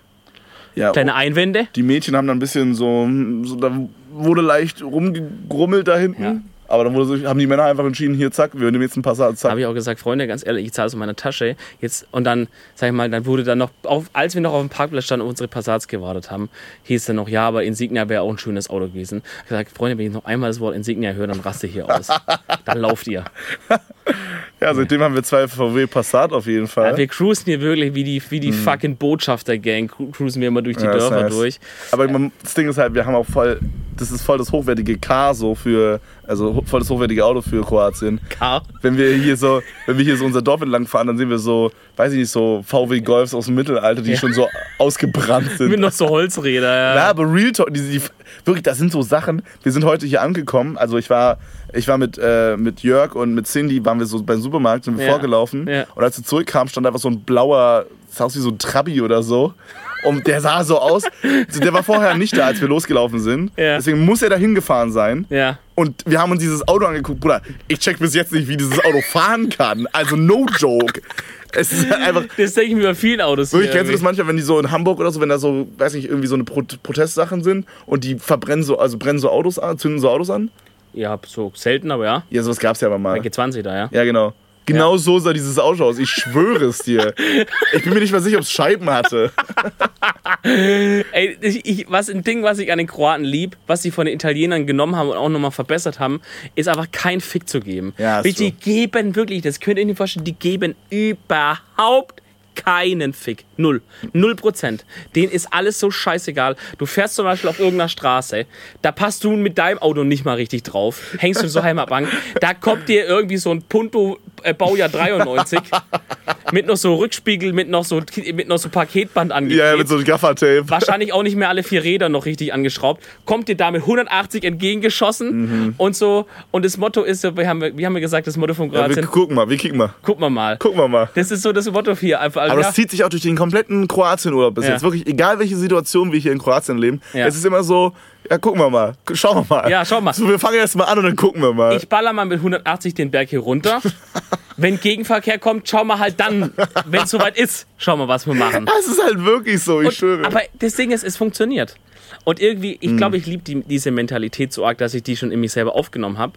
Ja, oh.
kleine Einwände.
die Mädchen haben dann ein bisschen so, so, da wurde leicht rumgegrummelt da hinten.
Ja.
Aber dann wurde, so- haben die Männer einfach entschieden, hier, zack, wir nehmen jetzt einen Passat, zack.
habe ich auch gesagt, Freunde, ganz ehrlich, ich zahle aus meiner Tasche. Jetzt, und dann, sag ich mal, dann wurde dann noch, auf, als wir noch auf dem Parkplatz standen und unsere Passats gewartet haben, hieß dann noch, ja, aber Insignia wäre auch ein schönes Auto gewesen. Ich hab gesagt, Freunde, wenn ich noch einmal das Wort Insignia höre, dann raste ich hier aus. dann lauft ihr.
Ja, seitdem haben wir zwei VW Passat auf jeden Fall.
Wir cruisen hier wirklich wie die, wie die fucking Botschafter-Gang, cru- cruisen wir immer durch die
Hm. Ja, ist
Dörfer
nice.
durch.
Aber man, das Ding ist halt, wir haben auch voll, das ist voll das hochwertige Car so für, also ho- voll das hochwertige Auto für Kroatien.
Car.
Wenn wir hier so, wenn wir hier so unser Dorf entlang fahren, dann sehen wir so, weiß ich nicht, so VW Golfs aus dem Mittelalter, die schon so ausgebrannt
Mit
sind.
noch so Holzräder.
Ja, aber Real Talk, die, die, wirklich, das sind so Sachen. Wir sind heute hier angekommen. Also ich war, ich war mit, äh, mit Jörg und mit Cindy, waren wir so beim Supermarkt, sind wir
Ja.
vorgelaufen.
Ja.
Und als wir zurückkamen, stand einfach so ein blauer, sah aus wie so ein Trabi oder so. Und der sah so aus. Also Der war vorher nicht da, als wir losgelaufen sind.
Ja.
Deswegen muss er da hingefahren sein.
Ja.
Und wir haben uns dieses Auto angeguckt, Bruder. Ich check bis jetzt nicht, wie dieses Auto fahren kann. Also no joke. Es ist einfach.
Das denke ich mir bei vielen Autos.
Wirklich,
hier
kennst du das
irgendwie.
manchmal, wenn die so in Hamburg oder so, wenn da so, weiß nicht, irgendwie so eine Pro Protestsachen sind und die verbrennen so, also brennen so Autos an, zünden so Autos an?
Ja, so selten, aber ja.
Ja, sowas gab's ja aber mal.
G20 da, ja.
Ja, genau. Genau so sah dieses Auto aus. Ich schwöre es dir. Ich bin mir nicht mal sicher, ob es Scheiben hatte.
Ey, ich, ich, was ein Ding, was ich an den Kroaten lieb, was sie von den Italienern genommen haben und auch nochmal verbessert haben, ist einfach kein Fick zu geben.
Ja, ist
Wirklich, die
so.
geben wirklich, das könnt ihr nicht vorstellen, die geben überhaupt keinen Fick. Null. Null Prozent. Denen ist alles so scheißegal. Du fährst zum Beispiel auf irgendeiner Straße, da passt du mit deinem Auto nicht mal richtig drauf, hängst du so Heimatbank, da kommt dir irgendwie so ein Punto äh, Baujahr 93 mit noch so Rückspiegel, mit noch so, mit noch so Paketband angeklebt
Ja, ja, mit so einem Gaffertape.
wahrscheinlich auch nicht mehr alle vier Räder noch richtig angeschraubt, kommt dir damit 180 entgegengeschossen
Mhm.
und so. Und das Motto ist, so, wie haben wir, wie haben wir gesagt, das Motto von
Ja,
Kroatien,
wir gucken mal, wir kicken mal.
gucken wir mal.
Gucken wir mal.
Das ist so das Motto hier einfach. Also
Aber
ja.
das zieht sich auch durch den kompletten Kroatienurlaub bis
Ja.
jetzt. Wirklich, egal welche Situation wir hier in Kroatien leben,
Ja.
es ist immer so, ja, gucken wir mal, schauen wir mal.
Ja, schauen wir mal.
So, wir fangen erst mal an und dann gucken wir mal.
ich baller mal mit 180 den Berg hier runter. Wenn Gegenverkehr kommt, schauen wir halt dann, wenn es soweit ist, schauen wir, was wir machen.
das ist halt wirklich so, ich schwöre.
Aber das Ding ist, es funktioniert. Und irgendwie,
Hm.
ich glaube, ich liebe die, diese Mentalität so arg, dass ich die schon in mich selber aufgenommen habe.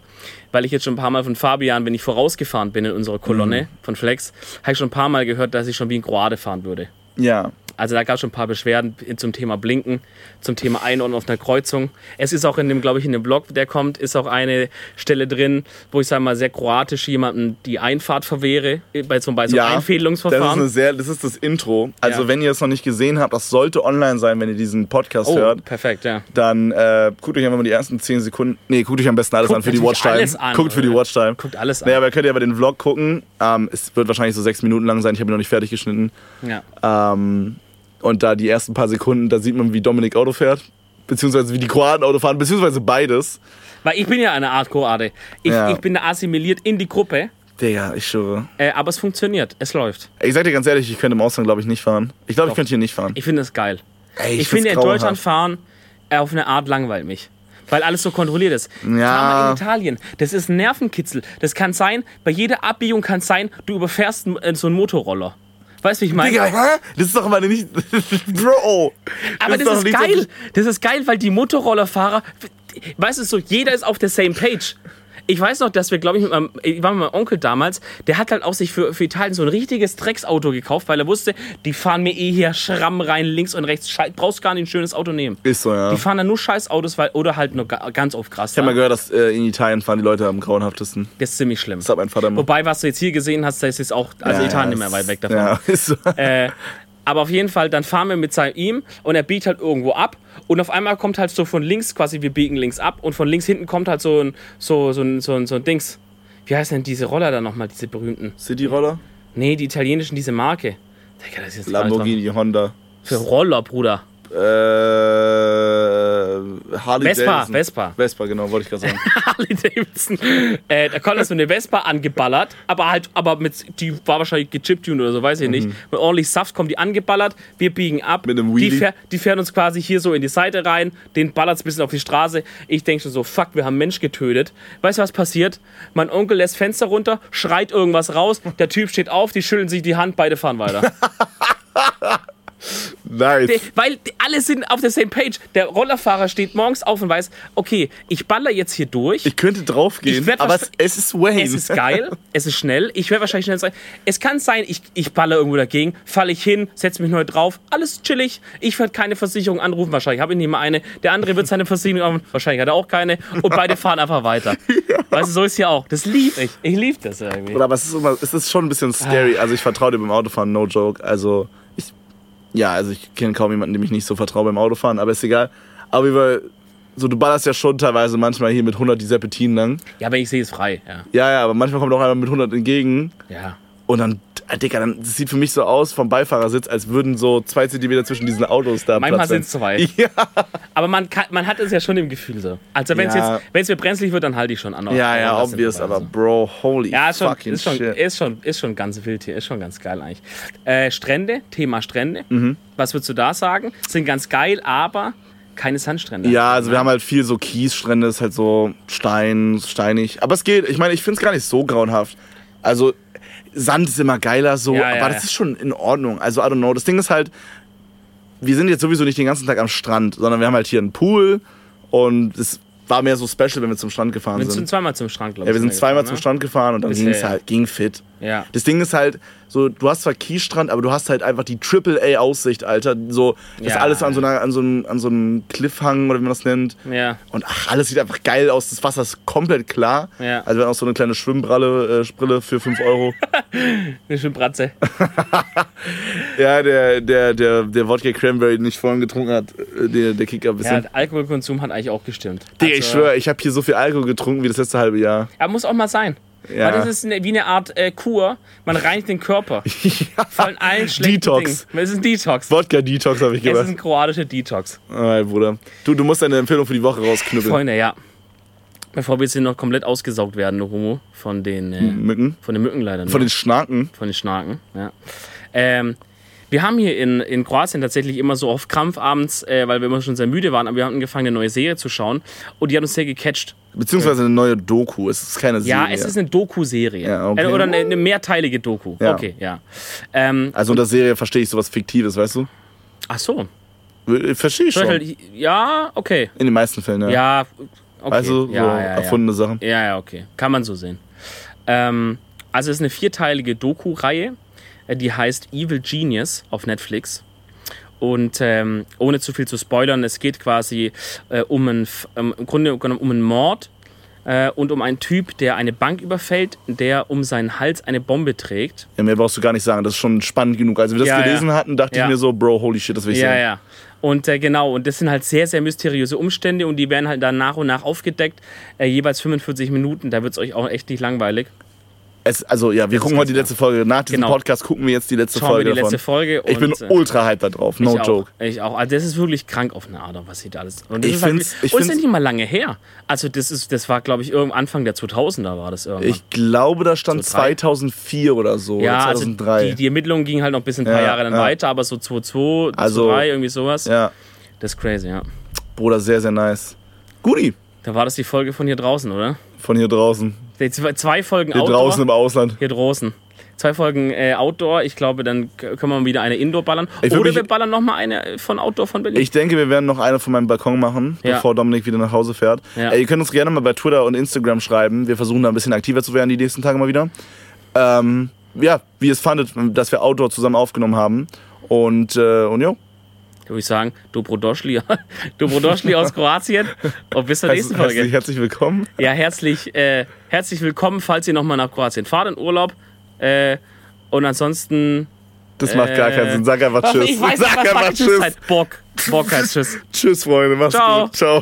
Weil ich jetzt schon ein paar Mal von Fabian, wenn ich
Hm.
vorausgefahren bin in unserer Kolonne von Flex, habe ich schon ein paar Mal gehört, dass ich schon wie ein Kroate fahren würde.
ja.
Also da gab es schon ein paar Beschwerden zum Thema Blinken, zum Thema Einordnen auf einer Kreuzung. Es ist auch in dem, glaube ich, in dem Blog, der kommt, ist auch eine Stelle drin, wo ich sage mal sehr kroatisch jemandem die Einfahrt verwehre, bei zum Beispiel ja,
Das ist, eine
Einfädelungsverfahren.
sehr, das ist das Intro. Also
Ja.
wenn ihr es noch nicht gesehen habt, das sollte online sein, wenn ihr diesen Podcast
oh,
hört.
perfekt, ja.
Dann äh, guckt euch einfach mal die ersten 10 Sekunden. Nee, guckt euch am besten alles
Guckt
an für die
natürlich
Watchtime.
alles an,
guckt für die
Alter.
Watchtime.
Guckt alles an.
Naja, aber könnt ihr aber den Vlog gucken. Ähm, es wird wahrscheinlich so sechs Minuten lang sein. Ich habe ihn noch nicht fertig geschnitten.
ja.
Ähm, und da die ersten paar Sekunden, da sieht man, wie Dominik Auto fährt. Beziehungsweise wie die Kroaten Auto fahren. Beziehungsweise beides.
Weil ich bin ja eine Art Kroate. Ich,
Ja.
ich bin da assimiliert in die Gruppe,
Digga, ich schwöre.
äh, aber es funktioniert, es läuft.
Ey, Ich sag dir ganz ehrlich, ich könnte im Ausland, glaube ich, nicht fahren. Ich glaube, ich könnte hier nicht fahren.
Ich finde es geil.
Ey,
Ich,
find's
finde, in
grauenhaft.
Deutschland fahren äh, auf eine Art langweilt mich. Weil alles so kontrolliert ist. Fahr mal in Italien. Das ist ein Nervenkitzel. Das kann sein, bei jeder Abbiegung kann es sein, du überfährst äh, so einen Motorroller. Weißt du, wie ich meine?
Digga, hä? Das ist doch mal nicht. Bro!
Aber das,
doch
ist
nicht so-
geil. das ist geil, weil die Motorrollerfahrer, weißt du, so jeder ist auf der same page. Ich weiß noch, dass wir, glaube ich, mit meinem, ich war mit meinem Onkel damals, der hat halt auch sich für, für Italien so ein richtiges Drecksauto gekauft, weil er wusste, die fahren mir eh hier Schramm rein, links und rechts, Schei- brauchst gar nicht ein schönes Auto nehmen.
Ist so, ja.
Die
Ich
fahren dann nur scheiß Autos, weil, oder halt nur ga- ganz oft krass.
hab mal gehört, dass äh, in Italien fahren die Leute am grauenhaftesten.
Das ist ziemlich schlimm.
Das hat mein Vater immer.
Wobei, was du jetzt hier gesehen hast, das ist auch, also
Ja,
Italien
ja,
nicht mehr weit weg davon.
Ja, ist so.
Äh, aber auf jeden Fall, dann fahren wir mit seinem ihm und er biegt halt irgendwo ab und auf einmal kommt halt so von links quasi, wir biegen links ab und von links hinten kommt halt so ein, so, so ein, so ein, so ein Dings. Wie heißen denn diese Roller da nochmal, diese berühmten?
City-Roller?
Nee, die italienischen, diese Marke. Digga, das ist jetzt
Lamborghini, Honda.
Für Roller, Bruder.
Äh, Harley
Vespa,
Davidson.
Vespa.
Vespa, genau, wollte ich gerade sagen.
Harley Davidson. Äh, da kommt das mit einer Vespa angeballert, aber halt, aber mit, die war wahrscheinlich gechiptuned oder so, weiß ich nicht. Mit ordentlich Saft kommt die angeballert, wir biegen ab.
Mhm. Mit einem
die,
Wheelie.
fähr, die fährt uns quasi hier so in die Seite rein, den ballert's ein bisschen auf die Straße. Ich denke schon so, fuck, wir haben einen Mensch getötet. Weißt du, was passiert? Mein Onkel lässt Fenster runter, schreit irgendwas raus, der Typ steht auf, die schütteln sich die Hand, beide fahren weiter. Äh,
nice.
Weil die- alle sind auf der same page. Der Rollerfahrer steht morgens auf und weiß, okay, ich baller jetzt hier durch.
Ich könnte draufgehen,
Ich werd
aber es,
wahrscheinlich-
es ist Wayne.
Es ist geil, es ist schnell. Ich werde wahrscheinlich schnell sein. Es kann sein, ich, ich baller irgendwo dagegen, falle ich hin, setze mich neu drauf, alles chillig. Ich werde keine Versicherung anrufen, wahrscheinlich habe ich nicht mal eine. Der andere wird seine Versicherung anrufen, wahrscheinlich hat er auch keine. Und beide fahren einfach weiter. Weißt du, so ist hier auch. Das lieb ich. Ich lieb das irgendwie.
Oder aber es ist, immer, es ist schon ein bisschen
Ah.
scary. Also ich vertraue dir beim Autofahren, no joke. Also ich, ja, also ich kenne kaum jemanden, dem ich nicht so vertraue beim Autofahren, aber ist egal. Aber über, so du ballerst ja schon teilweise manchmal hier mit 100 die Serpentinen lang.
Ja, aber ich sehe es frei. Ja.
Ja, ja, aber manchmal kommt auch einer mit 100 entgegen
ja.
und dann, äh, Digga, dann das sieht für mich so aus vom Beifahrersitz, als würden so zwei Zentimeter zwischen diesen Autos da
Manchmal
Platz sein.
sind es zwei. Aber man, kann, man hat es ja schon im Gefühl so. Also wenn es
Ja.
jetzt, wenn es mir brenzlig wird, dann halte ich schon an.
Ja, ja,
Das sind
obvious,
so
aber
Weise.
Bro, holy
Ja, ist schon,
fucking
ist, schon,
shit.
ist, schon, ist schon ganz wild hier, ist schon ganz geil eigentlich. Äh, Strände, Thema Strände.
Mhm.
Was würdest du da sagen? Sind ganz geil, aber keine Sandstrände.
Ja, also wir haben halt viel so Kiesstrände, ist halt so Stein, steinig. Aber es geht, ich meine, ich finde es gar nicht so grauenhaft. Also Sand ist immer geiler so,
Ja, ja,
aber
ja.
das ist schon in Ordnung. Also I don't know, das Ding ist halt, wir sind jetzt sowieso nicht den ganzen Tag am Strand, sondern wir haben halt hier einen Pool und es war mehr so special, wenn wir zum Strand gefahren
Wir
sind.
sind zweimal zum Strand, glaube ich.
ja, wir sind zweimal zum
gefahren, ne?
Strand gefahren und dann
Bisher,
ging es
ja.
halt, ging fit.
ne? Ja.
Das Ding ist halt, so, du hast zwar Kiesstrand, aber du hast halt einfach die Triple-A-Aussicht, Alter. So, das
Ja.
alles an so, einer, an, so einem, an so einem Cliffhang oder wie man das nennt.
Ja.
Und ach, alles sieht einfach geil aus. Das Wasser ist komplett klar.
Ja.
Also wir haben auch so eine kleine Schwimmbrille äh, Sprille für 5 Euro.
Eine schöne Bratze.
ja, der, der, der, der Wodka Cranberry, den ich vorhin getrunken hat, äh, der, der kickt ein
Ja,
bisschen.
der Alkoholkonsum hat eigentlich auch gestimmt.
Digga, ich
Also,
schwöre, ich habe hier so viel Alkohol getrunken wie das letzte halbe Jahr.
Aber muss auch mal sein.
Ja.
Weil das ist eine, wie eine Art äh, Kur. Man reinigt den Körper von allen schlechten
Detox.
Dingen. Es ist ein Detox.
Wodka-Detox habe ich
Es ist
gemacht.
ein kroatischer Detox.
Nein, Bruder. Du, du musst deine Empfehlung für die Woche rausknüppeln.
Freunde, ja. Bevor wir jetzt hier noch komplett ausgesaugt werden, nur Homo, von den, äh,
Mücken.
von den Mücken leider.
Von
nur.
den Schnaken.
von den Schnaken. Ja. Ähm, wir haben hier in, in Kroatien tatsächlich immer so auf Krampf abends, äh, weil wir immer schon sehr müde waren, aber wir haben angefangen, eine neue Serie zu schauen und die hat uns sehr gecatcht.
Beziehungsweise eine neue Doku. Es ist keine
Ja,
Serie.
es ist eine Doku-Serie.
Ja, okay.
Äh, Oder eine, eine mehrteilige Doku.
Ja.
Okay, ja. Ähm,
also unter Serie verstehe ich sowas Fiktives, weißt du?
ach so.
Äh, Verstehe ich
Zum
schon.
Beispiel, ja, okay.
In den meisten Fällen, ja.
Ja, okay.
also
ja,
so
ja, ja.
erfundene Sachen.
Ja, ja, okay. Kann man so sehen. Ähm, also es ist eine vierteilige Doku-Reihe, äh, die heißt Evil Genius auf Netflix. Und ähm, ohne zu viel zu spoilern, es geht quasi äh, um einen, F- ähm, im Grunde genommen um einen Mord äh, und um einen Typ, der eine Bank überfällt, der um seinen Hals eine Bombe trägt.
Ja, mehr brauchst du gar nicht sagen. Das ist schon spannend genug. Als wir das
Ja, ja.
gelesen hatten, dachte
Ja.
ich mir so, Bro, holy shit, das will ich
Ja,
sehen.
ja. Und äh, genau, und das sind halt sehr, sehr mysteriöse Umstände und die werden halt dann nach und nach aufgedeckt, äh, jeweils 45 Minuten. Da wird es euch auch echt nicht langweilig.
Es, also ja, wir gucken heute die letzte Folge. Nach diesem
Genau.
Podcast gucken wir jetzt die letzte
Schauen wir
Folge
die
davon.
letzte Folge.
ich bin
und, äh,
ultra hyped da drauf, no
ich
joke.
Auch, ich auch. Also das ist wirklich krank auf eine Art, was sie da alles. Und das
Ich
ist halt,
find's- ich
und es ist
find's-
nicht mal lange her. Also das ist, das war, glaube ich, irgend Anfang der 2000er war das irgendwann.
Ich glaube, da stand
So drei.
2004 oder so,
ja,
oder
also
2003.
die, die Ermittlungen gingen halt noch bis ein paar
Ja,
Jahre dann
ja.
weiter, aber so 2002, 2003,
Also-
irgendwie sowas.
ja,
Das ist crazy, ja.
Bruder, sehr, sehr nice. Guti,
Da war das die Folge von hier draußen, oder?
von hier draußen.
Die Zwei zwei Folgen
Hier
Outdoor.
draußen im Ausland.
Hier draußen. Zwei Folgen äh, Outdoor. Ich glaube, dann k- können wir wieder eine Indoor ballern.
Ich würd
Oder
mich-
wir ballern nochmal eine äh, von Outdoor von Berlin.
Ich denke, wir werden noch eine von meinem Balkon machen,
Ja.
bevor Dominik wieder nach Hause fährt.
Ja.
Ey, ihr könnt uns gerne mal bei Twitter und Instagram schreiben. Wir versuchen da ein bisschen aktiver zu werden die nächsten Tage mal wieder. Ähm, ja, wie ihr es fandet, dass wir Outdoor zusammen aufgenommen haben. Und, äh, und jo,
würde ich sagen, Dobrodošli, Dobrodošli aus Kroatien und bis zur nächsten
herzlich,
Folge.
herzlich willkommen.
Ja, herzlich, äh, herzlich willkommen, falls ihr nochmal nach Kroatien fahrt in Urlaub. Äh, und ansonsten.
Das macht gar
Äh,
keinen Sinn. Sag einfach Tschüss.
Ich weiß nicht,
Sag
was
einfach
Backenschiss
Tschüss.
heißt. Bock. Bock heißt Tschüss.
Tschüss, Freunde. Mach's
Ciao.
gut. Ciao.